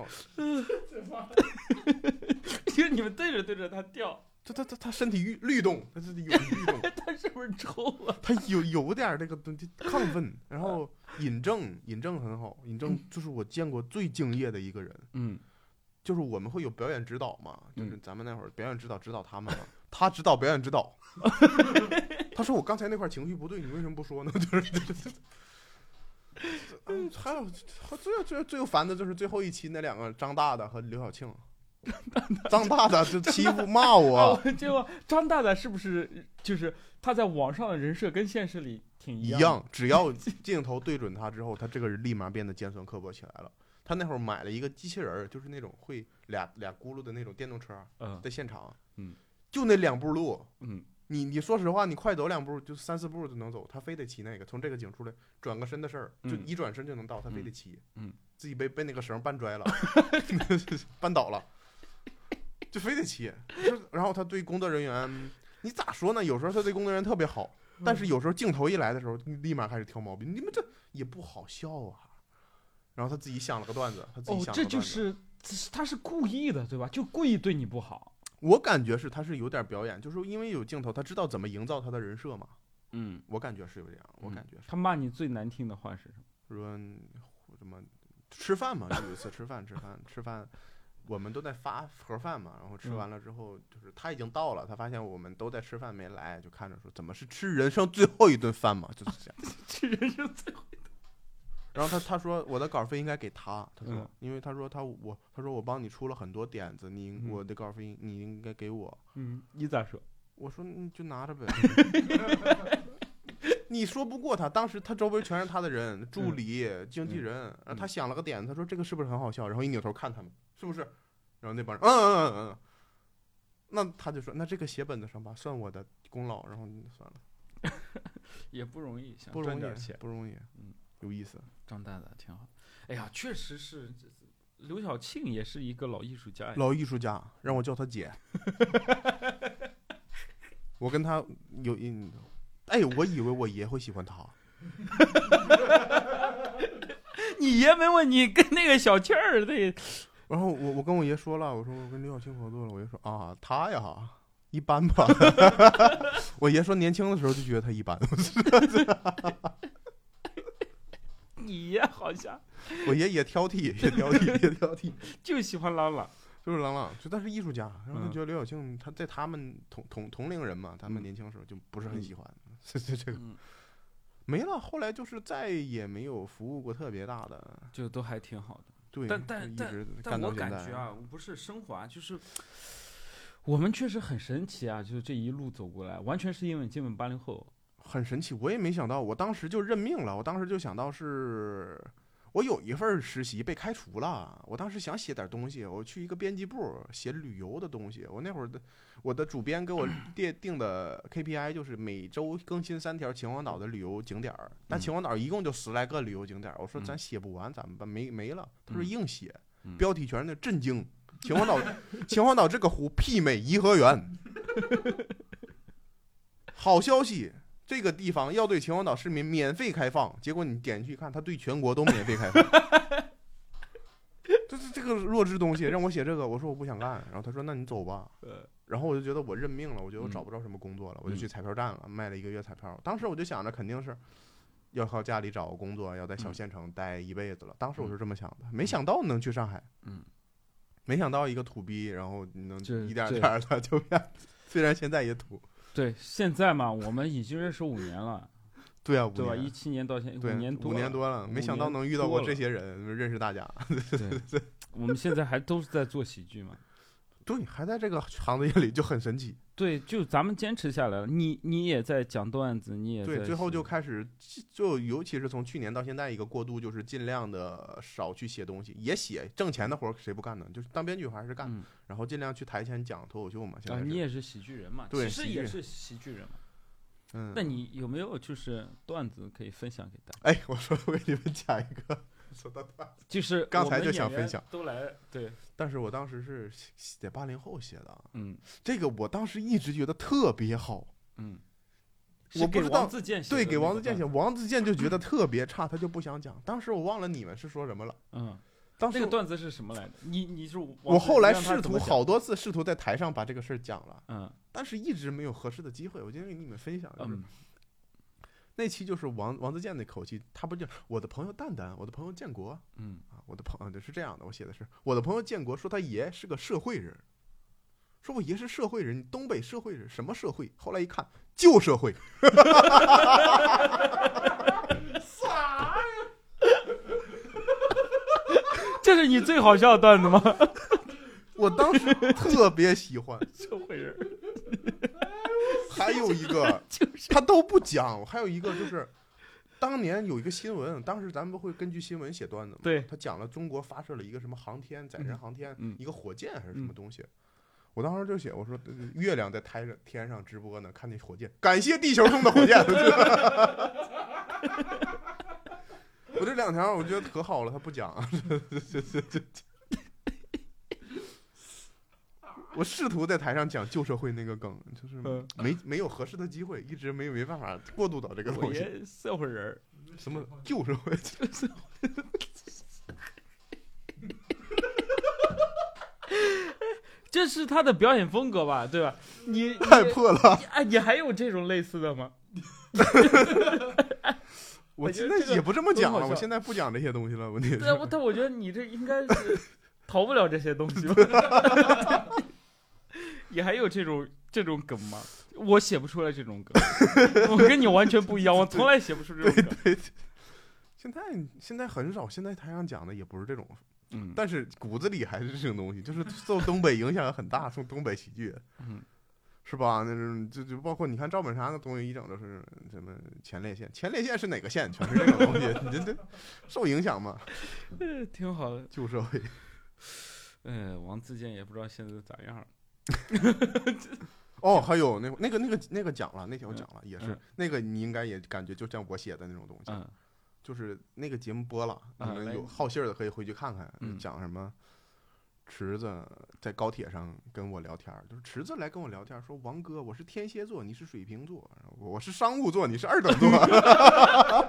S1: 好。
S2: 就是你们对着对着他掉，
S1: 他他他他身体律律动，他是有律动，
S2: 他是不是抽了？
S1: 他有有点儿那个东西亢奋，然后尹正尹正很好，尹正就是我见过最敬业的一个人，
S2: 嗯，
S1: 就是我们会有表演指导嘛，就
S2: 嗯
S1: 是咱们那会儿表演指导指导他们嘛，他指导表演指导， 他说我刚才那块儿情绪不对，你为什么不说呢？ 就是。就是嗯，还有最最最烦的就是最后一期那两个张大大和刘晓庆， 张大大就欺负骂我
S2: 哦，，结果张大大是不是就是他在网上的人设跟现实里挺
S1: 一
S2: 样的？
S1: 样，只 要镜头对准他之后，他这个人立马变得尖酸刻薄起来了。他那会儿买了一个机器人儿，就是那种会俩俩轱辘的那种电动车，
S2: 嗯
S1: 在现场，
S2: 嗯，
S1: 就那两步路，
S2: 嗯，
S1: 你你说实话，你快走两步就三四步就能走，他非得骑那个，从这个景出来转个身的事儿，就
S2: 嗯
S1: 一转身就能到，他非得骑，
S2: 嗯嗯
S1: 自己被被那个绳绊拽了， 绊倒了，就非得骑， 就然后他对工作人员，你咋说呢？有时候他对工作人员特别好，
S2: 嗯
S1: 但是有时候镜头一来的时候，立马开始挑毛病，你们这也不好笑啊。然后他自己想了个段子，他自己
S2: 哦
S1: 想了，个
S2: 这
S1: 段子。
S2: 就是他是故意的，对吧？就故意对你不好。
S1: 我感觉是他是有点表演，就是因为有镜头，他知道怎么营造他的人设嘛。
S2: 嗯，
S1: 我感觉是有这样，我
S2: 嗯
S1: 感觉是
S2: 他骂你最难听的话是什么？
S1: 说什么吃饭嘛，有一次吃饭吃饭吃饭，我们都在发盒饭嘛，然后吃
S2: 嗯
S1: 完了之后，就是他已经到了，他发现我们都在吃饭没来，就看着说怎么是吃人生最后一顿饭嘛，就是这样。
S2: 这人是最
S1: 然后他他说我的稿费应该给他，他说、
S2: 嗯
S1: 因为他说他我他说我帮你出了很多点子，你
S2: 嗯
S1: 我的稿费你应该给我，
S2: 嗯，你咋说？
S1: 我说你就拿着呗。 你说不过他，当时他周围全是他的人，助
S2: 嗯
S1: 理、经纪人。然后他想了个点子，他说这个是不是很好笑？然后一扭头看他们，是不是？然后那帮人，嗯嗯嗯嗯嗯。那他就说，那这个写本子上吧，算我的功劳。然后你算了，
S2: 也不容易，想
S1: 不容
S2: 啊赚
S1: 易啊
S2: 点钱，。
S1: 不容易，
S3: 嗯，
S1: 有意思。
S3: 张大大挺好。
S2: 哎呀，确实是，这刘晓庆也是一个老艺术家呀。
S1: 老艺术家让我叫他 姐，我跟他有一，哎，我以为我爷会喜欢他，
S2: 你爷没问你跟那个小倩儿那，
S1: 然后我我跟我爷说了，我说我跟刘晓庆合作了，我爷说啊，他呀一般吧。 我爷说年轻的时候就觉得他一般，
S2: 你爷好像
S1: 我爷也挑剔，也挑剔，也挑剔，
S2: 就喜欢朗朗。
S1: 就是郎朗，就但是艺术家，然后他
S2: 嗯
S1: 觉得刘晓庆他在他们同同同龄人嘛，他们
S2: 嗯
S1: 年轻时候就不是很喜欢，这这这个
S3: 嗯，
S1: 没了。后来就是再也没有服务过特别大的，
S2: 就都还挺好的。
S1: 对，
S2: 但但
S1: 就一
S2: 但
S1: 直干
S2: 但
S1: 到
S2: 我
S1: 现在
S2: 感觉啊，不是升华，就是我们确实很神奇啊，就是这一路走过来，完全是因为基本八零后。
S1: 很神奇，我也没想到，我当时就认命了，我当时就想到是，我有一份儿实习被开除了，我当时想写点东西，我去一个编辑部写旅游的东西，我那会儿的我的主编 给我定定的 KPI 就是每周更新三条秦皇岛的旅游景点儿，但秦皇岛一共就十来个旅游景点儿，我说
S3: 嗯
S1: 咱写不完咱们吧，没没了，他说
S3: 嗯
S1: 硬写，
S3: 嗯
S1: 标题全是那震惊，秦皇岛秦皇岛这个湖媲美颐和园。 好消息，这个地方要对秦皇岛市民免费开放。结果你点进去看，它对全国都免费开放。这这这个弱智东西让我写这个，我说我不想干。然后他说那你走吧。
S2: 呃，
S1: 然后我就觉得我认命了，我觉得我
S3: 嗯
S1: 找不着什么工作了，我就
S3: 嗯
S1: 去彩票站了，卖了一个月彩票。当时我就想着肯定是要靠家里找个工作，要在小县城待一辈子了。当时我是这么想的，没想到能去上海，
S3: 嗯，
S1: 没想到一个土逼，然后能
S2: 这
S1: 一点
S2: 这
S1: 点的就变，虽然现在也土，
S2: 对，现在嘛，我们已经认识五年了，
S1: 对 啊，五
S2: 对吧？一
S1: 年，
S2: 七年到现在
S1: 对，
S2: 五年多
S1: 五
S2: 了，
S1: 年多了，没想到
S2: 年
S1: 能遇到
S2: 多
S1: 过这
S2: 了
S1: 些人，认识大家。
S3: 对，
S2: 我们现在还都是在做喜剧嘛。
S1: 对，你还在这个行业里就很神奇。
S2: 对，就咱们坚持下来了。你你也在讲段子，你也在
S1: 对，最后
S2: 写
S1: 就开始，就尤其是从去年到现在一个过渡，就是尽量的少去写东西，也写挣钱的活儿，谁不干呢？就是当编剧还是干，
S2: 嗯
S1: 然后尽量去台前讲脱口秀嘛。现
S2: 啊，
S1: 在
S2: 你
S1: 是，
S2: 也是喜剧人嘛，
S1: 对
S2: 其实
S1: 喜剧
S2: 也
S1: 人
S2: 是喜剧人嘛。
S1: 嗯，
S2: 那你有没有就是段子可以分享给大家？
S1: 哎，我说我给你们讲一个，说到段子，
S2: 就是
S1: 刚
S2: 我
S1: 才
S2: 们
S1: 就
S2: 演
S1: 想分
S2: 员
S1: 享
S2: 都来对，
S1: 但是我当时是写写八零后写的啊，
S2: 嗯
S1: 这个我当时一直觉得特别好，
S2: 嗯，
S1: 我不
S2: 是给
S1: 知
S2: 王
S1: 道
S2: 自健写
S1: 对，
S2: 的
S1: 给
S2: 那
S1: 王
S2: 个
S1: 自健
S2: 段
S1: 写，王自健就觉得特别差，他就不想讲。当时我忘了你们是说什么了，
S2: 子，嗯，
S1: 当
S2: 那
S1: 时
S2: 个
S1: 我
S2: 段子是什么来着？你你是王
S1: 我
S2: 自
S1: 后
S2: 健
S1: 来
S2: 让他
S1: 试
S2: 怎么
S1: 图
S2: 讲，
S1: 好多次试图在台上把这个事儿讲了，
S2: 嗯
S1: 但是一直没有合适的机会。我今天给你们分享，就是
S2: 嗯
S1: 那期就是王王自健那口气，他不就我的朋友蛋蛋，我的朋友建国
S2: 嗯，
S1: 啊，我的朋友就是这样的，我写的是我的朋友建国说他爷是个社会人，说我爷是社会人，东北社会人什么社会？后来一看旧社会，
S2: 这是你最好笑的段子吗？
S1: 我当时特别喜欢。
S2: 社会人儿
S1: 还有一个
S2: 就是
S1: 他都不讲，还有一个就是。当年有一个新闻，当时咱们不会根据新闻写段子吗？
S2: 对，
S1: 他讲了中国发射了一个什么航天载人航天，
S2: 嗯
S1: 一个火箭还是什么东西。我当时就写，我说呃月亮在台上天上直播呢，看那火箭，感谢地球送的火箭。 我这两条我觉得可好了，他不讲，这这这这。我试图在台上讲旧社会那个梗，就是
S2: 嗯
S1: 没没有合适的机会，一直没有没办法过渡到这个
S2: 我
S1: 东西。
S2: 爷 社会人儿，
S1: 什么旧 社会？
S2: 这是他的表演风格吧？对吧？你你
S1: 太破了！
S2: 哎，你还有这种类似的吗？
S1: 我
S2: 我觉
S1: 现
S2: 得
S1: 在
S2: 哎这个
S1: 也不这么讲
S2: 很
S1: 了，
S2: 好
S1: 我
S2: 笑
S1: 现在不讲这些东西了。问题是
S2: 对啊，我但我觉得你这应该 是逃不了这些东西吧？ 你还有这种这种梗吗？我写不出来这种梗， 我跟你完全不一样，我从来写不出这种梗。
S1: 现在现在很少，现在台上讲的也不是这种，
S2: 嗯
S1: 但是骨子里还是这种东西，就是受东北影响很大，受东北喜剧
S2: 嗯，
S1: 是吧？那种就就包括你看赵本山的东西，一整都是什么前列腺，前列腺是哪个腺，全是这种东西，你这这受影响嘛？
S2: 呃挺好的。
S1: 旧社会，
S2: 嗯，王自健也不知道现在咋样了。
S1: 哦，还有那那个那个那个讲了，那天我讲了，也是
S2: 嗯
S1: 那个你应该也感觉就像我写的那种东西，
S2: 嗯
S1: 就是那个节目播了，你
S2: 啊来
S1: 们有好信儿的可以回去看看，
S2: 嗯
S1: 讲什么。池子在高铁上跟我聊天儿，就是池子来跟我聊天儿，说王哥，我是天蝎座，你是水瓶座，我是商务座，你是二等 座。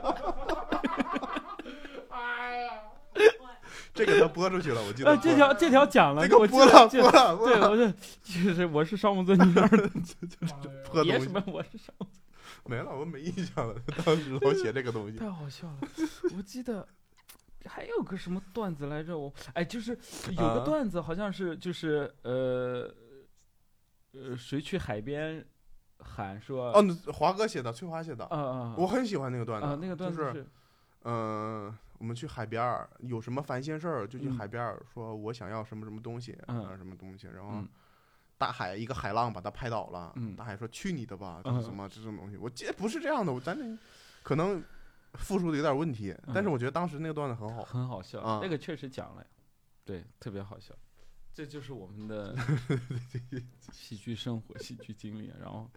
S1: 这个他播出去了，我记得
S2: 啊，
S1: 播
S2: 这
S1: 了。
S2: 条这条讲了，
S1: 这个
S2: 我记
S1: 播
S2: 得
S1: 了
S2: 这
S1: 播了播
S2: 对，
S1: 了
S2: 我是就是我是商务尊，你是二等
S1: 播
S2: 别
S1: 东
S2: 什
S1: 西
S2: 么我是商务
S1: 没了，我没印象了。当时我写这个东西
S2: 尊，，太好笑了。我记得还有个什么段子来着，我哎，就是有个
S1: 啊
S2: 段子好像是就是呃呃，谁去海边喊说
S1: 哦，那华哥写的，翠花写的，
S2: 啊啊
S1: 我很喜欢那个段子。
S2: 啊那个段子
S1: 就是嗯、我们去海边儿，有什么烦心事儿就去
S2: 嗯
S1: 海边儿，说我想要什么什么东西，
S2: 嗯
S1: 啊什么东西，然后
S2: 嗯
S1: 大海一个海浪把他拍倒了，
S2: 嗯
S1: 大海说去你的吧，
S2: 嗯
S1: 就是什么这种东西，我记得不是这样的，我咱这可能复述的有点问题，但是
S2: 嗯
S1: 我觉得当时那个段子很好，
S2: 很好笑，
S1: 啊
S2: 那个确实讲了呀，对，特别好笑。这就是我 们的喜剧生活、喜剧经历。然后，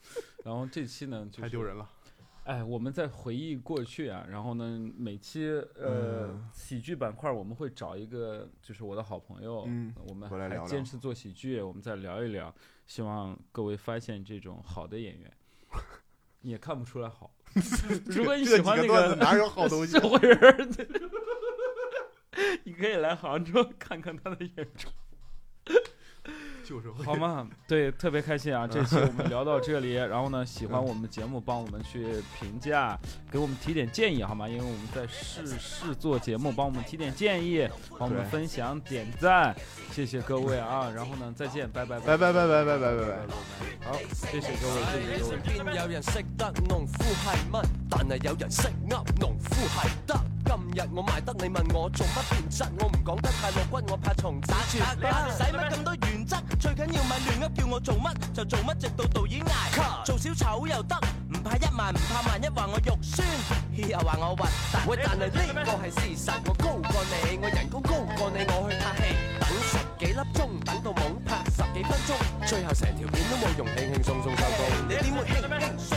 S2: 然后这期呢，就
S1: 太
S2: 是
S1: 丢人了，
S2: 哎，我们在回忆过去啊，然后呢，每期呃、
S1: 嗯
S2: 喜剧板块我们会找一个，就是我的好朋友，
S1: 嗯
S2: 我们
S1: 回来聊
S2: 还
S1: 聊
S2: 坚持做喜剧，我们再聊一聊，希望各位发现这种好的 演员，你也看不出来好。如果你
S1: 这
S2: 喜欢
S1: 这
S2: 那
S1: 几个段子哪有好东西
S2: 社？会人儿，你可以来杭州看看他的演出。
S1: 就是会
S2: 好？吗？对，特别开心啊！这期我们聊到这里，然后呢，喜欢我们的节目，帮我们去评价，给我们提点建议，好吗？因为我们在试试做节目，帮我们提点建议，帮我们
S1: 对
S2: 分享、点赞，谢谢各位啊！然后呢，再见，拜拜，
S1: 拜拜拜拜拜拜拜
S2: 拜
S1: 拜。
S2: 拜。好，谢谢各位，谢谢各位。
S4: 偏有人識得農夫係乜，但係有人識噏農夫係得。今日我賣得，你問我做乜變質？我唔講得太露骨，我怕重子絕
S5: 你
S4: 筆。
S5: 使乜咁多原則？最緊要咪亂噏，叫我做乜就做乜，直到導演捱。做小丑又得，唔怕一萬，唔怕萬一話我肉酸，又話我核突。
S4: 喂，但係呢個係事實，我高過你，我人工高過你，我去拍戲，等十幾粒鐘，等
S5: Dạ.
S4: 到冇拍十幾分鐘，最後成條片都冇用，輕輕鬆鬆收工。你點會輕輕鬆
S5: à,